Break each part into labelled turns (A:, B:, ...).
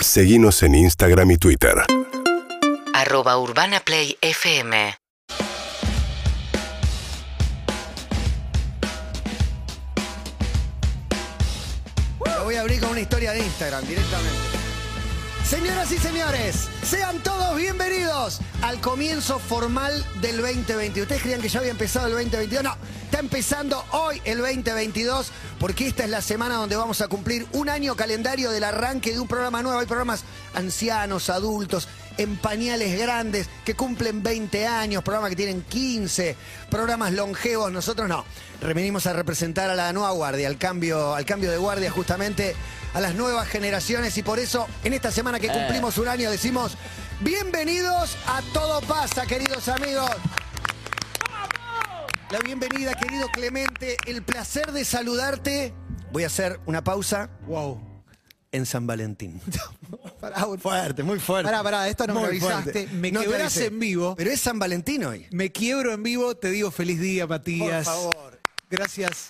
A: Seguimos en Instagram y Twitter.
B: arroba urbanaplayfm
C: Lo voy a abrir con una historia de Instagram directamente. Señoras y señores, sean todos bienvenidos al comienzo formal del 2020. ¿Ustedes creían que ya había empezado el 2022? No, está empezando hoy el 2022 porque esta es la semana donde vamos a cumplir un año calendario del arranque de un programa nuevo. Hay programas ancianos, adultos, en pañales grandes que cumplen 20 años, programas que tienen 15, programas longevos. Nosotros no. Venimos a representar a la nueva guardia, al cambio, al cambio de guardia justamente a las nuevas generaciones y por eso en esta semana que cumplimos un año decimos bienvenidos a Todo Pasa, queridos amigos. La bienvenida, querido Clemente, el placer de saludarte. Voy a hacer una pausa. Wow. En San Valentín.
D: Pará, bol-
C: Fuerte, muy fuerte.
D: Pará, pará, esto no me
C: Muy
D: avisaste.
C: fuerte.
D: Me
C: No te
D: quebrás
C: avisé.
D: en vivo.
C: Pero es San Valentín hoy.
D: Me quiebro en vivo, te digo feliz día,
C: Por
D: Matías.
C: favor.
D: Gracias.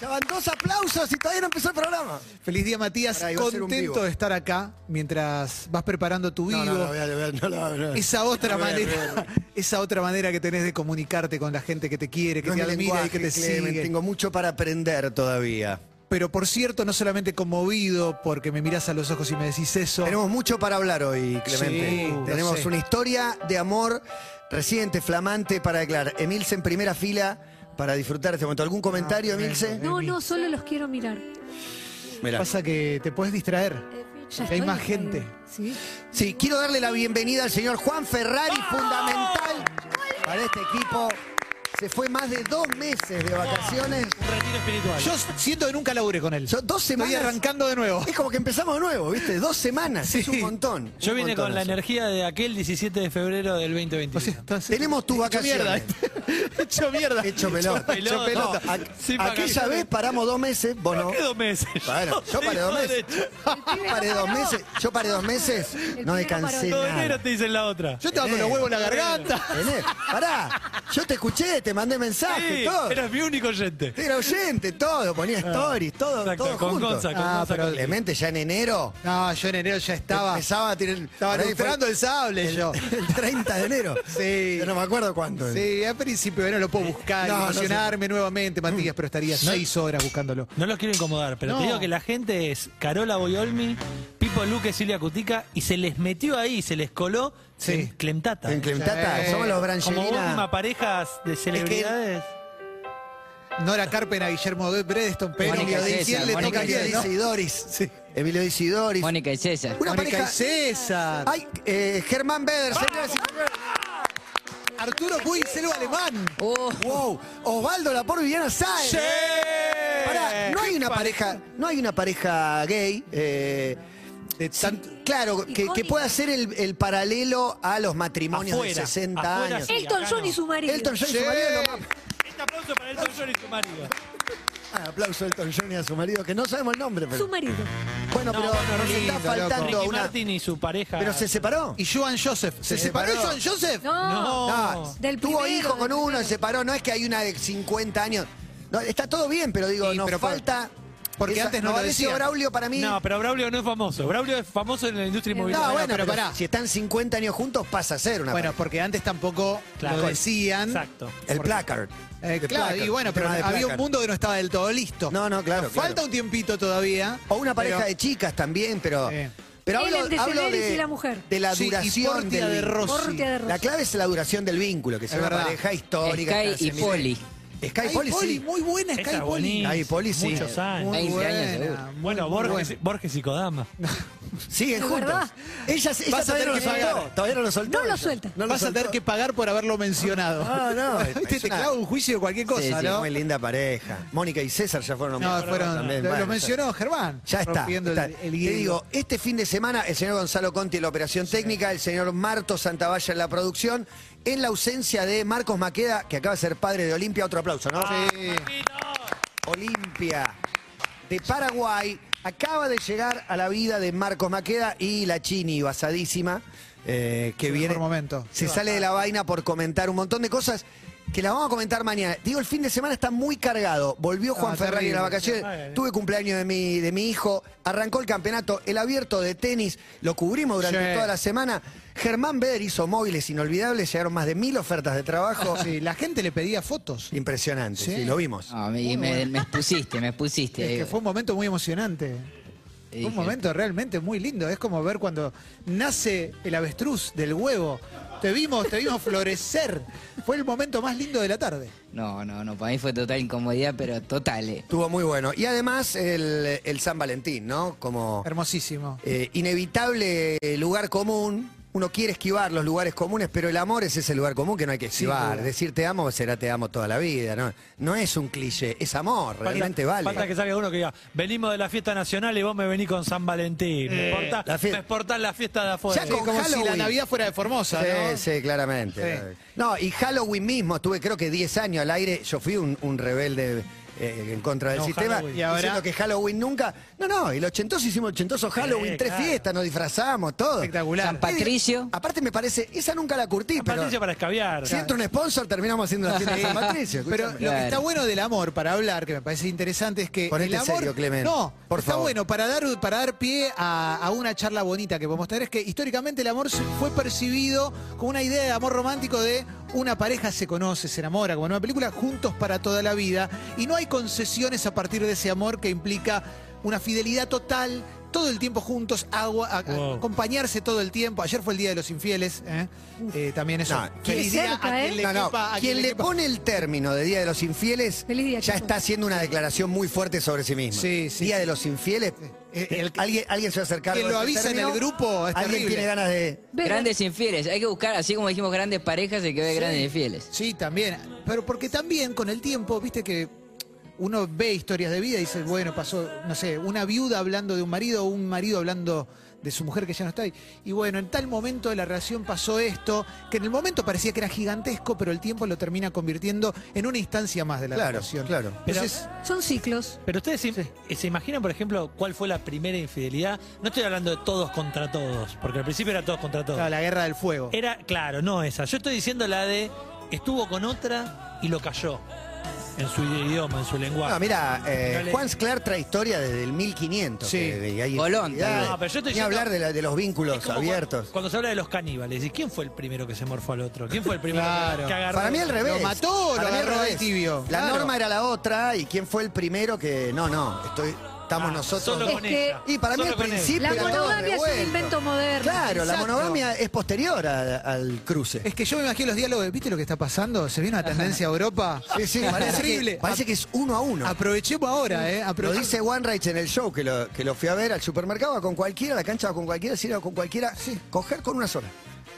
C: Ya van dos aplausos y todavía no empezó el programa.
D: Feliz día, Matías.
C: Pará, iba a hacer un vivo.
D: Contento de estar acá mientras vas preparando tu vivo.
C: No, no, no, voy a- voy a- no lo voy a- no.
D: Esa otra
C: No lo voy a- no lo voy
D: manera, esa otra manera que tenés de comunicarte con la gente que te quiere, que
C: No
D: te
C: es mi
D: admira y que
C: lenguaje,
D: te
C: Clemen,
D: sigue.
C: Tengo mucho para aprender todavía.
D: Pero por cierto, no solamente conmovido porque me mirás a los ojos y me decís eso.
C: Tenemos mucho para hablar hoy, Clemente.
D: Sí, lo
C: Tenemos
D: sé.
C: una historia de amor reciente, flamante para declarar. Emilce en primera fila para disfrutar este momento. ¿Algún comentario,
D: tremendo,
C: Emilce?
D: eh.
E: No,
D: Emi.
E: no, solo los quiero mirar.
C: Mirá.
D: Pasa que te puedes distraer.
E: Ya
D: Hay
E: estoy
D: más
E: distraída.
D: gente.
E: Sí.
C: Sí, quiero darle la bienvenida al señor Juan Ferrari, fundamental para este equipo. Se fue más de dos meses de vacaciones.
D: Yo siento que nunca laburé con él.
C: Son dos semanas.
D: Estoy arrancando de nuevo.
C: Es como que empezamos de nuevo, ¿viste? Dos semanas,
D: Sí.
C: es un montón. Pues
F: Yo
C: un
F: vine con la
C: montonazo.
F: energía de aquel 17 de febrero del
D: O sea,
F: 2021.
D: estás-
C: Tenemos tus
D: Hecho mierda.
C: vacaciones.
D: Hecho mierda.
C: Hecho pelota.
F: Hecho
C: No,
F: pelota.
C: a-
F: Sí,
C: aquella
F: vacaciones.
C: vez paramos dos meses, vos no.
F: ¿Qué dos meses?
C: Bueno, yo paré dos meses. Yo paré dos meses. Yo paré dos meses.
E: El
C: No
E: primero
C: descansé
E: paró.
F: Todo enero
C: nada.
F: te dicen la otra.
D: Yo estaba con los huevos en la garganta.
C: Tenés- Pará, yo te escuché, te mandé mensaje,
F: Sí,
C: todo.
F: eras mi único oyente.
C: Era oyente, todo, ponía stories, todo,
F: Exacto,
C: todo
F: con
C: junto.
F: Gonza, con
C: ah,
F: Gonza
C: pero
F: Rodríguez.
C: Clemente ya en enero
D: No, yo en enero ya estaba.
C: empezaba a tirar.
D: Estaba
C: por ahí fue
D: entrando el sable yo.
C: El 30 de enero.
D: Sí.
C: Yo no me acuerdo cuánto.
D: Sí, al principio no lo puedo buscar,
C: No, Mm. no
D: emocionarme nuevamente, Matías, pero estaría seis horas buscándolo.
F: No los quiero incomodar, pero
D: No.
F: te digo que la gente es Carola Boyolmi, Pipo Luque, Silvia Cutica, y se les metió ahí, se les coló
D: Sí.
F: en Clemtata.
C: En Clemtata,
D: Sí.
C: somos los
F: Como última
C: Brangelina.
F: pareja de celebridades.
D: Nora Carpena, Guillermo de Bredeston, pero
G: Mónica
D: ¿quién
G: César,
D: le toca
G: Mónica
D: a quién,
C: Emilio
D: no?
C: Dice y Doris. Emilio Dice y Doris.
G: Mónica y César.
C: Una
D: Mónica
C: pareja.
D: y César.
C: Ay, eh, Germán Beder, señoras y señores.
D: Arturo Puy, celo alemán.
G: Oh,
C: Wow, Osvaldo Lapor Viviana Sáenz.
F: Eh,
C: Pará, no hay una pareja, no hay una pareja gay. eh,
D: De
C: tan-
D: tan-
C: claro, que, que pueda hacer el, el paralelo a los matrimonios
F: Afuera,
C: de 60
F: afuera
C: años.
F: sí.
E: Elton
F: acá
E: John
F: no.
E: y su marido.
C: Elton John y su
D: Sí.
C: marido es lo más-
F: Este aplauso para Elton John y su marido.
C: Ah, aplauso a Elton John y a su marido, que no sabemos el nombre, pero.
E: Su marido.
C: Bueno,
F: No,
C: pero
F: bueno,
C: nos
D: lindo,
C: está
D: loco.
C: faltando
F: Ricky
C: una.
F: Martin y su pareja.
C: Pero se separó.
D: Y Joan Joseph. ¿Se, separó,
C: separó.
D: Joan Joseph?
E: No.
C: No,
E: Del
C: tuvo
E: primero,
C: hijo con
E: del
C: uno,
E: primero.
C: se separó. No es que hay una de 50 años. No, está todo bien, pero digo,
D: Sí,
C: nos
D: pero por-
C: falta.
D: porque antes no lo
C: Mauricio
D: decían.
C: Braulio para mí.
F: No, pero Braulio no es famoso. Braulio es famoso en la industria
C: No,
F: inmobiliaria.
C: bueno,
D: pero
C: pero
D: pará.
C: si están 50 años juntos pasa a ser una
D: Bueno, porque antes tampoco
F: Claro.
D: lo decían.
F: Exacto.
C: pareja. el placard.
D: Eh,
C: El
D: claro,
C: placard,
D: y bueno,
C: el
D: pero
C: tema de
D: había un
C: placard.
D: mundo que no estaba del todo listo.
C: No, no, claro,
D: Nos
C: claro.
D: Falta un tiempito todavía.
C: O una pareja
D: pero-
C: de chicas también, pero
D: Sí.
C: pero
E: El
C: hablo,
E: antecedente
C: hablo de
E: y la mujer.
C: de la
D: Sí, y
C: duración
D: Portia
C: del
D: de
C: vínculo.
D: Rossi.
E: Portia de Rossi.
C: Oh, La clave es la duración del vínculo, que sea una
D: verdad.
C: pareja histórica.
G: Sky
C: que hace
G: y
C: mil-
G: Poli.
C: Sky y Poli, sí.
D: muy buena
F: Esa
D: Sky Poli.
F: buenísima.
C: Sky Poli, sí.
F: Muchos años.
D: Muy
G: 20 años
D: buena,
G: seguro.
D: muy,
F: Bueno,
D: muy
F: Borges,
D: buena.
F: Borges y Kodama.
C: Siguen
E: ¿Es
C: juntos.
E: verdad?
C: Ella, ella
D: Vas a
C: todavía no lo
D: tener que
C: soltó.
D: pagar.
C: Todavía no lo soltó.
E: No lo
C: ella.
E: suelta.
C: No lo
D: Vas a
C: soltó.
D: tener que pagar por haberlo mencionado.
C: No, no, este, es-
D: Ah, Viste,
C: es
D: te
C: una-
D: clava un juicio de cualquier cosa,
G: Sí, sí,
D: ¿no?
C: Muy linda pareja. Mónica y César ya fueron
D: No,
C: nombrados
D: fueron.
C: también.
D: lo,
C: Bueno,
D: lo mencionó Germán.
C: Ya está.
D: Rompiendo
C: está.
D: el, el
C: Te
D: hielo.
C: digo, este fin de semana el señor Gonzalo Conti en la operación técnica, el señor Marto Santavalla en la producción, en la ausencia de Marcos Maqueda, que acaba de ser padre de Olimpia, otro aplauso, ¿no? Olimpia de Paraguay acaba de llegar a la vida de Marcos Maqueda y la Chini, basadísima, eh, que
D: Su
C: viene.
D: mejor momento.
C: Se
D: Sí,
C: sale de la vaina por comentar un montón de cosas que la vamos a comentar mañana. Digo, el fin de semana está muy cargado. Volvió Juan
D: Ah,
C: Ferrari en
D: terrible.
C: las vacaciones.
D: Vale.
C: Tuve cumpleaños de mi, de mi hijo. Arrancó el campeonato, el abierto de tenis. Lo cubrimos durante
D: Sí.
C: toda la semana. Germán Beder hizo móviles inolvidables. Llegaron más de mil ofertas de trabajo.
D: Sí, la gente le pedía fotos.
C: Impresionante, sí.
D: Sí.
C: lo vimos.
E: No, a mí me, me expusiste, me expusiste.
D: Es que fue un momento muy emocionante. Fue
E: Dije-
D: un momento realmente muy lindo. Es como ver cuando nace el avestruz del huevo. Te vimos, te vimos florecer. Fue el momento más lindo de la tarde.
E: No, no, no, para mí fue total incomodidad, pero total. eh.
C: Estuvo muy bueno. Y además el, el San Valentín, ¿no? Como
D: Hermosísimo.
C: eh, inevitable lugar común. Uno quiere esquivar los lugares comunes, pero el amor es ese lugar común que no hay que esquivar.
D: duda.
C: Decir te amo será te amo toda la vida, ¿no? No es un cliché, es amor, realmente vale.
F: Falta que salga uno que diga, venimos de la fiesta nacional y vos me venís con San Valentín. Me exportá-
C: la fie-
F: me exportás la fiesta de afuera.
C: Ya con
D: como si la
C: Halloween.
D: Navidad fuera de Formosa, ¿no?
C: Sí, sí, claramente.
D: Sí.
C: No, y Halloween mismo, estuve creo que 10 años al aire, yo fui un, un rebelde eh, en contra del
F: No,
C: sistema,
F: Halloween.
D: Y ahora-
C: diciendo que Halloween nunca... No, no, el ochentoso hicimos ochentoso Halloween, tres
F: claro.
C: fiestas, nos disfrazamos, todo.
D: Espectacular.
E: San Patricio.
C: Aparte me parece, esa nunca la curtí, pero
F: Patricia para escabiar.
C: si entra un sponsor terminamos haciendo la fiesta de San Patricio.
D: Pero
C: escúchame.
D: lo que
E: Claro.
D: está bueno del amor para hablar, que me parece interesante, es que
C: Ponete
D: el amor,
C: serio, Clemen.
D: no,
C: Por
D: está
C: favor.
D: bueno para dar para dar pie a, a una charla bonita que podemos tener es que históricamente el amor se- fue percibido como una idea de amor romántico de una pareja se conoce, se enamora, como en una película juntos para toda la vida y no hay concesiones a partir de ese amor que implica una fidelidad total. Todo el tiempo juntos, agua, a- a-
F: Wow.
D: acompañarse todo el tiempo. Ayer fue el Día de los Infieles, ¿eh? Eh, también eso.
C: No,
D: Feliz
C: qué
D: día
G: cerca,
D: a
G: ¿eh?
D: quien le
C: No, no,
D: quepa- a
C: quien le
D: quepa.
C: pone el término de Día de los Infieles
G: Feliz día,
C: ya
G: chicos.
C: está haciendo una declaración muy fuerte sobre sí mismo.
D: Sí, sí,
C: Día
D: sí.
C: de los Infieles.
D: Eh, el-
C: ¿Alguien, alguien se va a acercar.
D: Quien lo avisa en el grupo es
C: Alguien
D: terrible.
C: tiene ganas de.
G: Pero-
E: Grandes infieles. Hay que buscar, así como dijimos, grandes parejas, hay que ver grandes infieles.
D: Sí, también. Pero porque también con el tiempo, viste que uno ve historias de vida y dice, bueno, pasó, no sé, una viuda hablando de un marido o un marido hablando de su mujer que ya no está. ahí. Y bueno, en tal momento de la relación pasó esto, que en el momento parecía que era gigantesco, pero el tiempo lo termina convirtiendo en una instancia más de la
C: Claro,
D: relación.
C: claro.
D: Entonces,
G: Son ciclos.
F: Pero ustedes se, eh, se imaginan, por ejemplo, cuál fue la primera infidelidad. No estoy hablando de todos contra todos, porque al principio era todos contra todos.
D: claro, la guerra del fuego.
F: Era, claro, no esa. Yo estoy diciendo la de estuvo con otra y lo cayó. En su idioma, en su lenguaje.
C: No, mira, eh,
F: No le-
C: Juan Sclar trae historia desde el 1500.
D: Sí.
C: que- que hay
E: Colón,
C: infidelidades.
E: también.
F: No, pero yo estoy
C: Ni
F: diciendo-
C: hablar de, la- de los
F: Es
C: vínculos
F: como cu-
C: abiertos.
F: Cuando, se habla de los caníbales, ¿y quién fue el primero que se morfó al otro? ¿Quién fue el primero
D: Claro.
F: que agarró?
C: Para mí al revés.
D: ¿Lo mató o
C: Para
D: lo
C: mí al
D: agarró de
C: revés.
D: tibio?
C: La
D: Claro.
C: norma era la otra y quién fue el primero que. No, no, estoy, estamos
F: Ah,
C: nosotros.
F: Solo
G: Es
F: con
G: que-
F: ella.
C: Y para mí
F: Solo
C: al
F: con ella.
C: principio-
G: La
C: pero todo
G: monogamia es un
C: revuelto.
G: invento moderno.
C: Claro, la
D: Exacto.
C: monogamia es posterior a- al cruce.
D: Es que yo me imagino los diálogos, ¿viste lo que está pasando? Se viene una tendencia a Europa.
C: Sí, sí, parece, que,
D: Terrible.
C: parece que es uno a uno.
D: Ah, Aprovechemos ahora, ¿eh?
C: Lo
D: Aprove-
C: dice One Reich en el show, que lo, que lo fui a ver al supermercado, va con cualquiera, a la cancha va con cualquiera, si era con cualquiera, coger con una sola.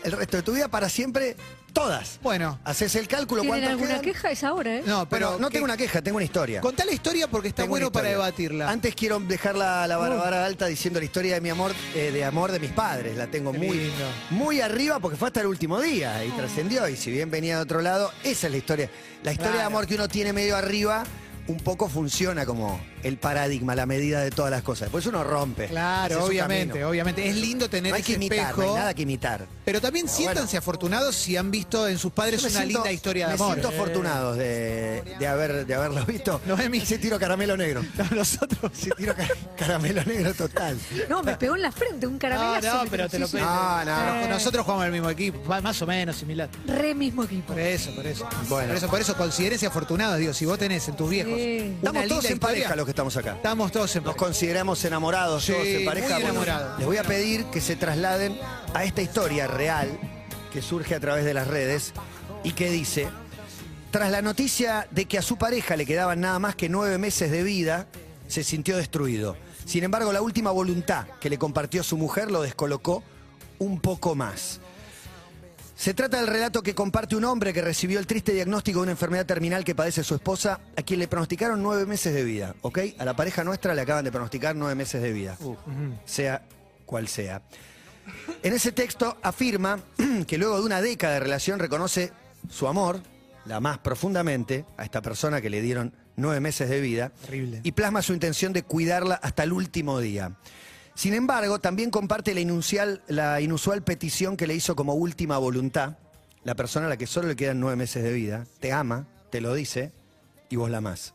C: El resto de tu vida para siempre, todas.
D: Bueno,
C: Haces el cálculo
G: ¿Tienen
C: cuántas
G: alguna
C: quedan.
G: queja? Es ahora, ¿eh?
D: no, pero.
C: Pero Ah, no
D: que-
C: tengo una queja, tengo una historia.
D: Contá la historia porque está
C: Tengo
D: bueno
C: una
D: para
C: historia.
D: debatirla.
C: Antes quiero dejar la, la vara vara alta diciendo la historia de mi amor, eh, de amor de mis padres. La tengo
D: Qué
C: muy,
D: lindo.
C: muy arriba porque fue hasta el último día y trascendió. Y si bien venía de otro lado, esa es la historia. La historia de
D: Claro.
C: amor que uno tiene medio arriba, un poco funciona como el paradigma, la medida de todas las cosas. Después uno rompe. hace
D: claro,
C: su
D: obviamente,
C: camino.
D: obviamente. Es lindo tener
C: No hay
D: ese
C: que imitar, no hay
D: espejo.
C: nada que imitar.
D: Pero también siéntanse afortunados si han visto en sus padres
C: Yo me
D: una
C: siento-
D: linda historia
C: me
D: de amor. eh.
C: siento afortunado de, de haber, de haberlo visto.
D: Noemi.
C: Ese tiro caramelo negro.
D: Nosotros.
C: Ese tiro ca- caramelo negro total.
G: No, me pegó en la frente un
D: No,
G: caramelazo.
D: no,
G: me
D: pero
G: pegó,
D: te
G: sí,
D: lo
G: sí.
D: pedí.
C: Ah, no.
D: Con Nosotros jugamos el mismo equipo, va más o menos similar.
G: Re mismo equipo.
D: Por eso, por eso.
C: Bueno.
D: Por eso, por eso, considérense afortunados, digo, si vos tenés en tus viejos. una
C: Estamos todos
D: linda
C: en pareja
D: historia,
C: los que estamos acá.
D: Estamos todos en
C: Nos
D: pareja.
C: consideramos enamorados
D: Sí,
C: todos en pareja.
D: muy
C: Bueno,
D: enamorados.
C: les voy a pedir que se trasladen a esta historia real que surge a través de las redes y que dice, tras la noticia de que a su pareja le quedaban nada más que nueve meses de vida, se sintió destruido. Sin embargo, la última voluntad que le compartió su mujer lo descolocó un poco más. Se trata del relato que comparte un hombre que recibió el triste diagnóstico de una enfermedad terminal que padece su esposa, a quien le pronosticaron nueve meses de vida, ¿ok? A la pareja nuestra le acaban de pronosticar nueve meses de vida, sea cual sea. En ese texto afirma que luego de una década de relación reconoce su amor, la más profundamente, a esta persona que le dieron nueve meses de vida,
D: Terrible.
C: y plasma su intención de cuidarla hasta el último día. Sin embargo, también comparte la inusual, la inusual petición que le hizo como última voluntad, la persona a la que solo le quedan nueve meses de vida, te ama, te lo dice, y vos la amás.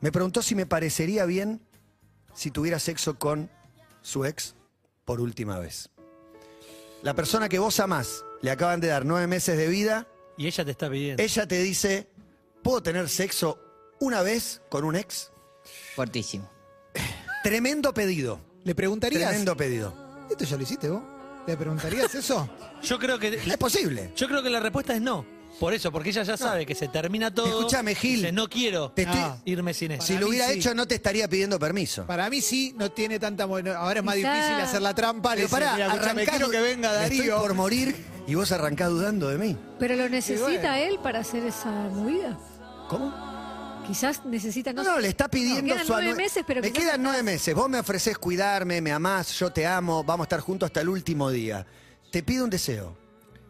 C: Me preguntó si me parecería bien si tuviera sexo con su ex por última vez. La persona que vos amás, le acaban de dar nueve meses de vida,
F: Y ella te está pidiendo.
C: ella te dice, ¿puedo tener sexo una vez con un ex?
E: Fuertísimo.
C: Tremendo pedido.
D: ¿Le preguntarías?
C: Tremendo pedido.
D: ¿Esto ya lo hiciste vos? ¿Le preguntarías eso?
F: Yo creo que
C: Es posible.
F: yo creo que la respuesta es no. Por eso, porque ella ya sabe que se termina todo.
C: Escúchame, Gil.
F: Dice, no quiero
C: Te estoy-
F: ah, irme sin eso.
C: Eh, Si lo
D: mí
C: hubiera
D: sí.
C: hecho, no te estaría pidiendo permiso.
D: Para mí sí, no tiene tanta... bueno, ahora es más
G: Quizá-
D: difícil hacer la trampa.
C: Pero
D: Le decís,
C: pará,
D: "Mira, escuchame,
C: arrancás-
D: quiero que venga
C: me estoy
D: Darío.
C: por morir y vos arrancás dudando de mí.
G: Pero lo necesita
D: Y bueno.
G: él para hacer esa movida.
C: ¿Cómo?
G: Quizás necesita.
C: No, no, le está pidiendo
G: No, quedan
C: su
G: nueve
C: anue-
G: meses, pero
C: Me
G: quizás
C: quedan nueve meses. Vos me ofrecés cuidarme, me amás, yo te amo, vamos a estar juntos hasta el último día. Te pido un deseo.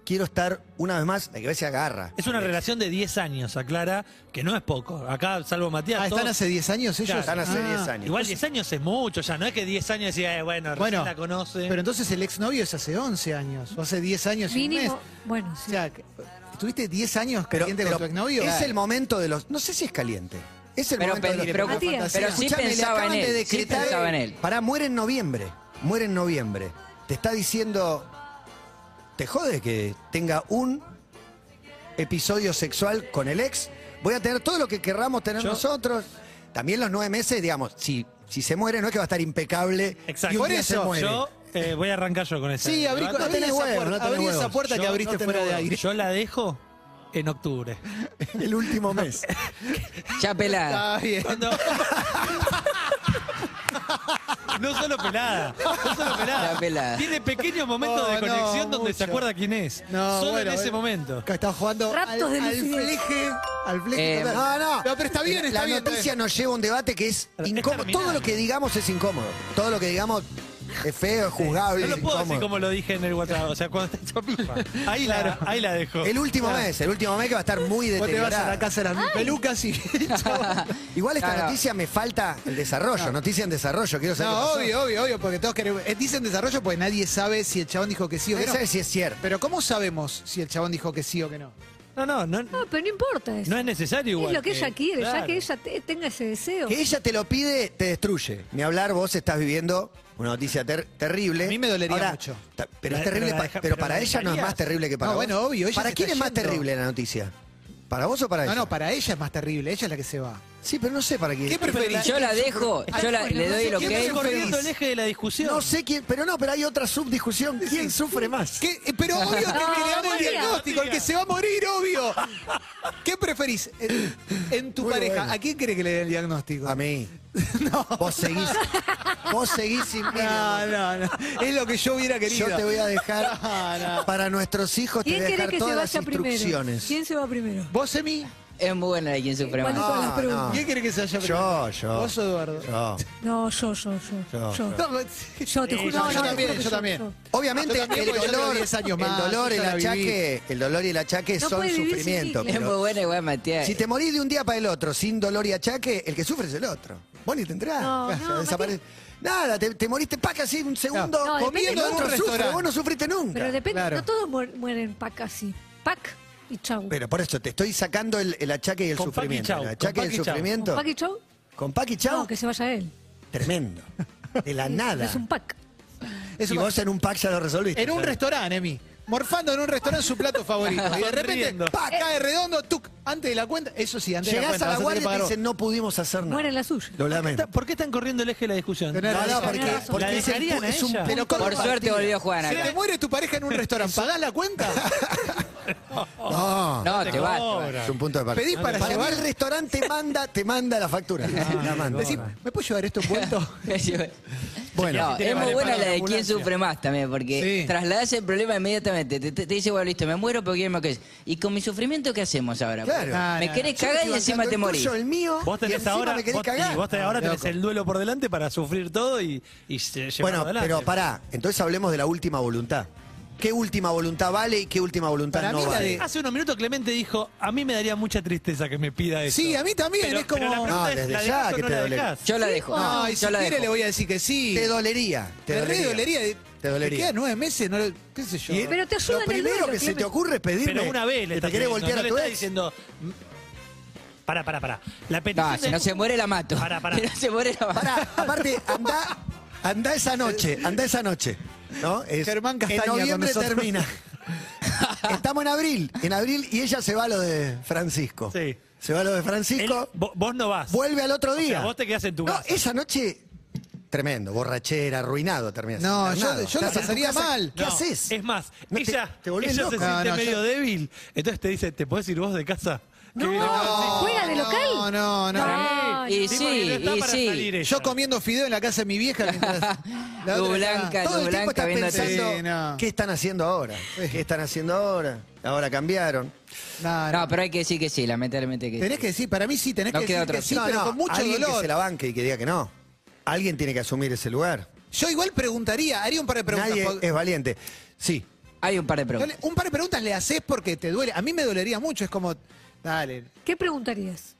C: Quiero estar una vez más, hay que ver si agarra.
F: Es una relación de 10 años, aclara, que no es poco. Acá, salvo Matías.
D: Ah, ¿están
F: todos-
D: hace 10 años ellos?
F: Claro.
C: Están hace
D: Ah,
C: 10 años.
F: Igual 10 años es mucho ya, no es que 10 años decía, eh, bueno, recién
D: Bueno,
F: la conoce.
D: pero entonces el exnovio es hace 11 años, o hace 10 años y un mes.
G: Mínimo. Bueno,
D: O
G: sí.
D: sea, que- ¿estuviste 10 años
C: Pero,
D: caliente
C: pero
D: con tu exnovio?
C: es el momento de los. No sé si es caliente. Es el
E: Pero,
C: momento
E: pero,
C: de los.
E: pero,
G: Matías.
E: pero sí
C: Escuchame, le
E: pensaba en
C: acaban de
E: él. Sí
C: decretar-
E: pensaba en él.
C: Pará, muere en noviembre. Muere en noviembre. Te está diciendo. ¿Te jode que tenga un episodio sexual con el ex? Voy a tener todo lo que querramos tener
F: Yo-
C: nosotros. También los nueve meses, digamos, si, si se muere, no es que va a estar impecable.
F: Exacto.
C: Y un
F: Por
C: día se
F: eso,
C: muere.
F: yo eh, voy a arrancar yo con esa.
D: Sí, abrí,
C: No
D: abrí
C: tenés
D: esa,
C: huevos,
D: puerta,
C: no tenés
D: abrí esa
C: huevos.
D: puerta que
C: Yo
D: abriste
C: no tenés
D: fuera de
C: huevos.
D: aire.
F: Yo la dejo en octubre.
C: El último mes.
E: Ya pelada.
D: Está bien.
F: Cuando- No solo pelada, no solo pelada.
E: La pelada.
F: Tiene pequeños momentos
D: Oh, no,
F: de conexión donde se
D: mucho.
F: acuerda quién es.
D: No,
F: solo
D: bueno,
F: en ese
D: bueno.
F: momento.
D: Acá está jugando al,
G: Raptos de
D: al
G: lucidez.
D: fleje. Al fleje.
E: Eh,
D: total.
C: No, no.
D: pero está bien, está
C: la
D: bien.
C: noticia nos lleva a un debate que es
F: Es
C: incómodo.
F: terminable.
C: Todo lo que digamos es incómodo. Todo lo que digamos es feo, es juzgable.
F: No lo
C: es
F: puedo decir
C: incómodo.
F: como lo dije en el WhatsApp, o sea, cuando está hecho pipa. Ahí, la, ahí la dejo.
C: El último mes, el último mes que va a estar muy
D: Vos te vas a
C: deteriorada.
D: la casa de las mil pelucas y...
C: Igual esta
E: Claro.
C: noticia me falta el desarrollo, noticia en desarrollo, quiero saber.
D: No,
C: qué pasó.
D: obvio, obvio, obvio, porque todos queremos... eh, Dicen desarrollo porque nadie sabe si el chabón dijo que sí o
C: Nadie
D: que no.
C: sabe si es cierto.
D: Pero ¿cómo sabemos si el chabón dijo que sí o que no?
F: No, no, no,
G: No, pero no importa eso.
F: no es necesario igual.
G: Es lo que ella quiere, ya
F: Claro.
G: que ella te- tenga ese deseo.
C: Que ella te lo pide, te destruye. Ni hablar, vos estás viviendo una noticia ter- terrible.
D: A mí me dolería
C: Ahora,
D: mucho.
C: ta- Pero es
F: Pero-
C: terrible, pa-
F: pero la deja-
C: pero
F: pero
C: para
F: la
C: ella no es
F: dejarías.
C: más terrible que para
D: No,
C: vos.
D: bueno, obvio, ella
C: ¿Para
D: se
C: quién es
D: está
C: más
D: yendo.
C: terrible la noticia? ¿Para vos o para
D: No,
C: ella?
D: no, para ella es más terrible, ella es la que se va.
C: Sí, pero no sé para quién.
D: ¿Qué preferís?
E: Yo la dejo, yo la- le doy lo
F: Siempre
E: que
D: ¿Quién
E: es.
F: corriendo el eje de la discusión.
C: No sé quién, pero no, pero hay otra subdiscusión. ¿Quién sufre más?
D: ¿Qué? Eh, Pero obvio que
G: No,
D: creamos el
G: Matías,
D: diagnóstico, el que
F: Matías.
D: se va a morir, obvio. ¿Qué preferís? En, en tu
C: Muy
D: pareja,
C: bueno.
D: ¿a quién cree que le den el diagnóstico?
C: A mí. Vos seguís. Vos seguís sin mí. mi
D: No,
C: amor.
D: no, no. Es lo que yo hubiera querido.
C: Yo te voy a dejar. Para nuestros hijos te
G: ¿Quién
C: voy a
G: quiere
C: dejar
G: que se
C: todas las
G: vaya primero?
C: instrucciones.
G: ¿Quién se va primero?
D: ¿Vos, Emi?
E: Es muy buena la de quien sufre
G: ¿Cuál de
E: más.
G: todas las
C: No,
G: preguntas?
C: no.
D: ¿Quién quiere que se haya
C: Yo, yo.
D: ¿Vos o Eduardo?
C: Yo.
G: No, yo, yo,
C: Yo,
G: yo.
C: pues, Eh,
G: Yo,
D: No,
G: Yo, te
D: Sí, yo- yo
G: juro. no, no, te
D: también,
G: juro que
D: yo también.
G: yo.
C: Obviamente
D: Yo también,
C: el
D: porque yo tengo
C: dolor,
D: 10 años más,
C: el dolor,
D: yo
C: el
D: ya la viví.
C: achaque, el dolor y el achaque
G: No
C: son
G: puede vivir sin
C: sufrimiento.
G: siglas.
E: Es muy
C: pero
E: buena igual, Matías.
C: si te morís de un día para el otro sin dolor y achaque, el que sufre es el otro. Vos ni tendrás.
G: No,
C: Ya
G: no,
C: desaparece. Nada, te, te moriste paca así un segundo
G: No, depende
C: comiendo,
G: de
C: el
D: un
C: otro sufre,
D: restaurante.
C: vos no sufriste nunca.
G: Pero depende,
D: Claro.
G: no todos muer- mueren pac así. Pac y chau.
C: Pero por eso te estoy sacando el, el achaque y el
F: Con Paqui
C: sufrimiento.
F: Chau,
C: el
F: con
C: achaque y el
F: Paqui Chau.
C: sufrimiento.
G: ¿Pac y chau?
C: Con Paqui Chau,
G: No, que se vaya él.
C: tremendo. De la nada.
G: Es un pac.
D: Es
C: y
D: un-
C: vos en un pack ya lo resolviste.
D: En un restaurante, Emi. Morfando en un restaurante su plato favorito. Y de repente,
F: Sonriendo.
D: pa, cae redondo, tuc, antes de la cuenta. Eso sí, antes
C: Llegás
D: de
C: a la
D: la cuenta. vas
C: guardia y te
D: tener que pagar
C: dicen no pudimos hacer nada.
G: Muere la suya.
C: Lo lamento.
F: ¿Por qué están corriendo el eje de la discusión?
D: Tenés
C: No, no,
D: razón.
C: porque,
G: razón.
C: porque
F: ¿La
C: es, el
F: dejarían
C: pu-
F: a
C: es un
F: ella?
C: punto
E: Por
C: de
E: suerte
C: partida.
E: volvió Juana.
D: vos. Se te muere tu pareja en un restaurante, ¿pagás la cuenta?
C: No,
E: No, te vas. te vas.
C: es un punto de partida.
D: Pedís para
C: Para mí
D: llevar.
C: el restaurante te manda, te manda la factura. La manda.
D: Decís, ¿me puedo llevar esto envuelto?
C: Bueno,
E: No, es muy
F: vale,
E: buena
F: para
E: la
F: la
E: de quién
F: ambulancia.
E: sufre más también, porque
D: Sí.
E: trasladas el problema inmediatamente. Te, te- te dice, bueno, listo, me muero, pero quiero que ¿Y con mi sufrimiento qué hacemos ahora?
C: Claro.
D: Ah,
E: Me
D: no,
E: querés
C: Yo
E: cagar
C: estoy
E: y encima
C: bancando
E: te
C: el
E: morís.
C: tuyo, el mío,
F: Vos
C: y
F: tenés
C: encima
F: ahora,
C: me querés
F: vos,
C: cagar.
F: y vos tenés ahora
D: No,
F: tenés
D: loco.
F: el duelo por delante para sufrir todo y, y lle- llevarlo
C: Bueno,
F: adelante.
C: pero pará, entonces hablemos de la última voluntad. ¿Qué última voluntad vale y qué última voluntad
D: Para
C: no
D: mí la
C: vale?
D: de-
F: Hace unos minutos Clemente dijo, a mí me daría mucha tristeza que me pida eso.
D: Sí, a mí también,
F: Pero-
D: es como-
F: pero la pregunta
C: No,
F: es,
C: desde
F: ¿la
C: ya
F: dejás o
C: que
F: no
C: te
F: la
C: dolería.
F: dejás?
E: Yo la dejo.
D: No, y si
E: yo la
D: quiere
E: dejo.
D: le voy a decir que sí.
C: Te dolería. Te
D: Me re
C: dolería.
D: dolería.
C: Te dolería.
D: queda nueve meses, no lo- qué sé yo.
C: Y-
G: Pero te ayuda
C: Lo
G: en el
C: primero
G: duelo,
C: que se
G: Clemente.
C: te ocurre es pedirme.
F: Pero una vez le
C: que
F: está
C: te quiere
F: pidiendo,
C: voltear
F: no
C: a
F: le
C: tu
F: está
C: ex.
F: diciendo... "M- Pará, pará, pará. La petición
E: No, si
F: de-
E: no se muere la mato.
F: Pará, pará.
E: Si no se muere la mato.
C: Pará, aparte, anda, anda esa noche, anda esa noche. ¿no? Es-
D: Germán Castaña
C: En
D: con
C: noviembre
D: nosotros.
C: termina. Estamos en abril, en abril, y ella se va a lo de Francisco.
F: Sí.
C: Se va a lo de
F: Él-
C: Francisco,
F: vo- vos no vas.
C: vuelve al otro
F: sea,
C: día.
F: vos te quedás en tu
C: No,
F: casa.
C: esa noche, tremendo, borrachera, arruinado terminas.
D: No, yo-
C: Arruinado.
D: yo
C: Estás
D: la
C: en tu
D: pasaría
C: casa,
D: mal.
C: ¿Qué
F: No,
C: haces?
F: Es más,
C: No, te-
F: ella,
C: te volvés
F: ella se
C: loca.
F: siente
D: No, no,
F: medio
D: yo-
F: débil. Entonces te dice, ¿te podés ir vos de casa? Que viene Francisco.
G: ¿Juega de local?
D: No, no, no.
G: No,
E: Y
G: no.
E: sí,
F: porque no está
E: y
F: para
E: sí.
F: salir ella.
D: Yo comiendo fideo en la casa de mi vieja mientras. la
E: Lu
D: otra está-
E: Blanca,
C: Todo
E: Lu
C: el tiempo
E: Blanca
C: estás
E: viendo
C: pensando,
D: Sí, no.
C: ¿qué están haciendo ahora? ¿Qué están haciendo ahora? Ahora cambiaron.
D: No, no.
E: No, pero hay que decir que sí, lamentablemente que sí.
D: Tenés que decir, para mí sí, tenés
E: No
D: que
E: queda
D: decir
E: otra
D: que sí,
E: opción.
D: pero con mucho
C: alguien que
D: dolor.
C: se la banque y que diga que no. Alguien tiene que asumir ese lugar.
D: Yo igual preguntaría, haría un par de preguntas.
C: Nadie
D: porque-
C: es valiente. Sí.
E: Hay un par de preguntas.
D: Dale, un par de preguntas le haces porque te duele. A mí me dolería mucho, es como, dale,
G: ¿Qué preguntarías?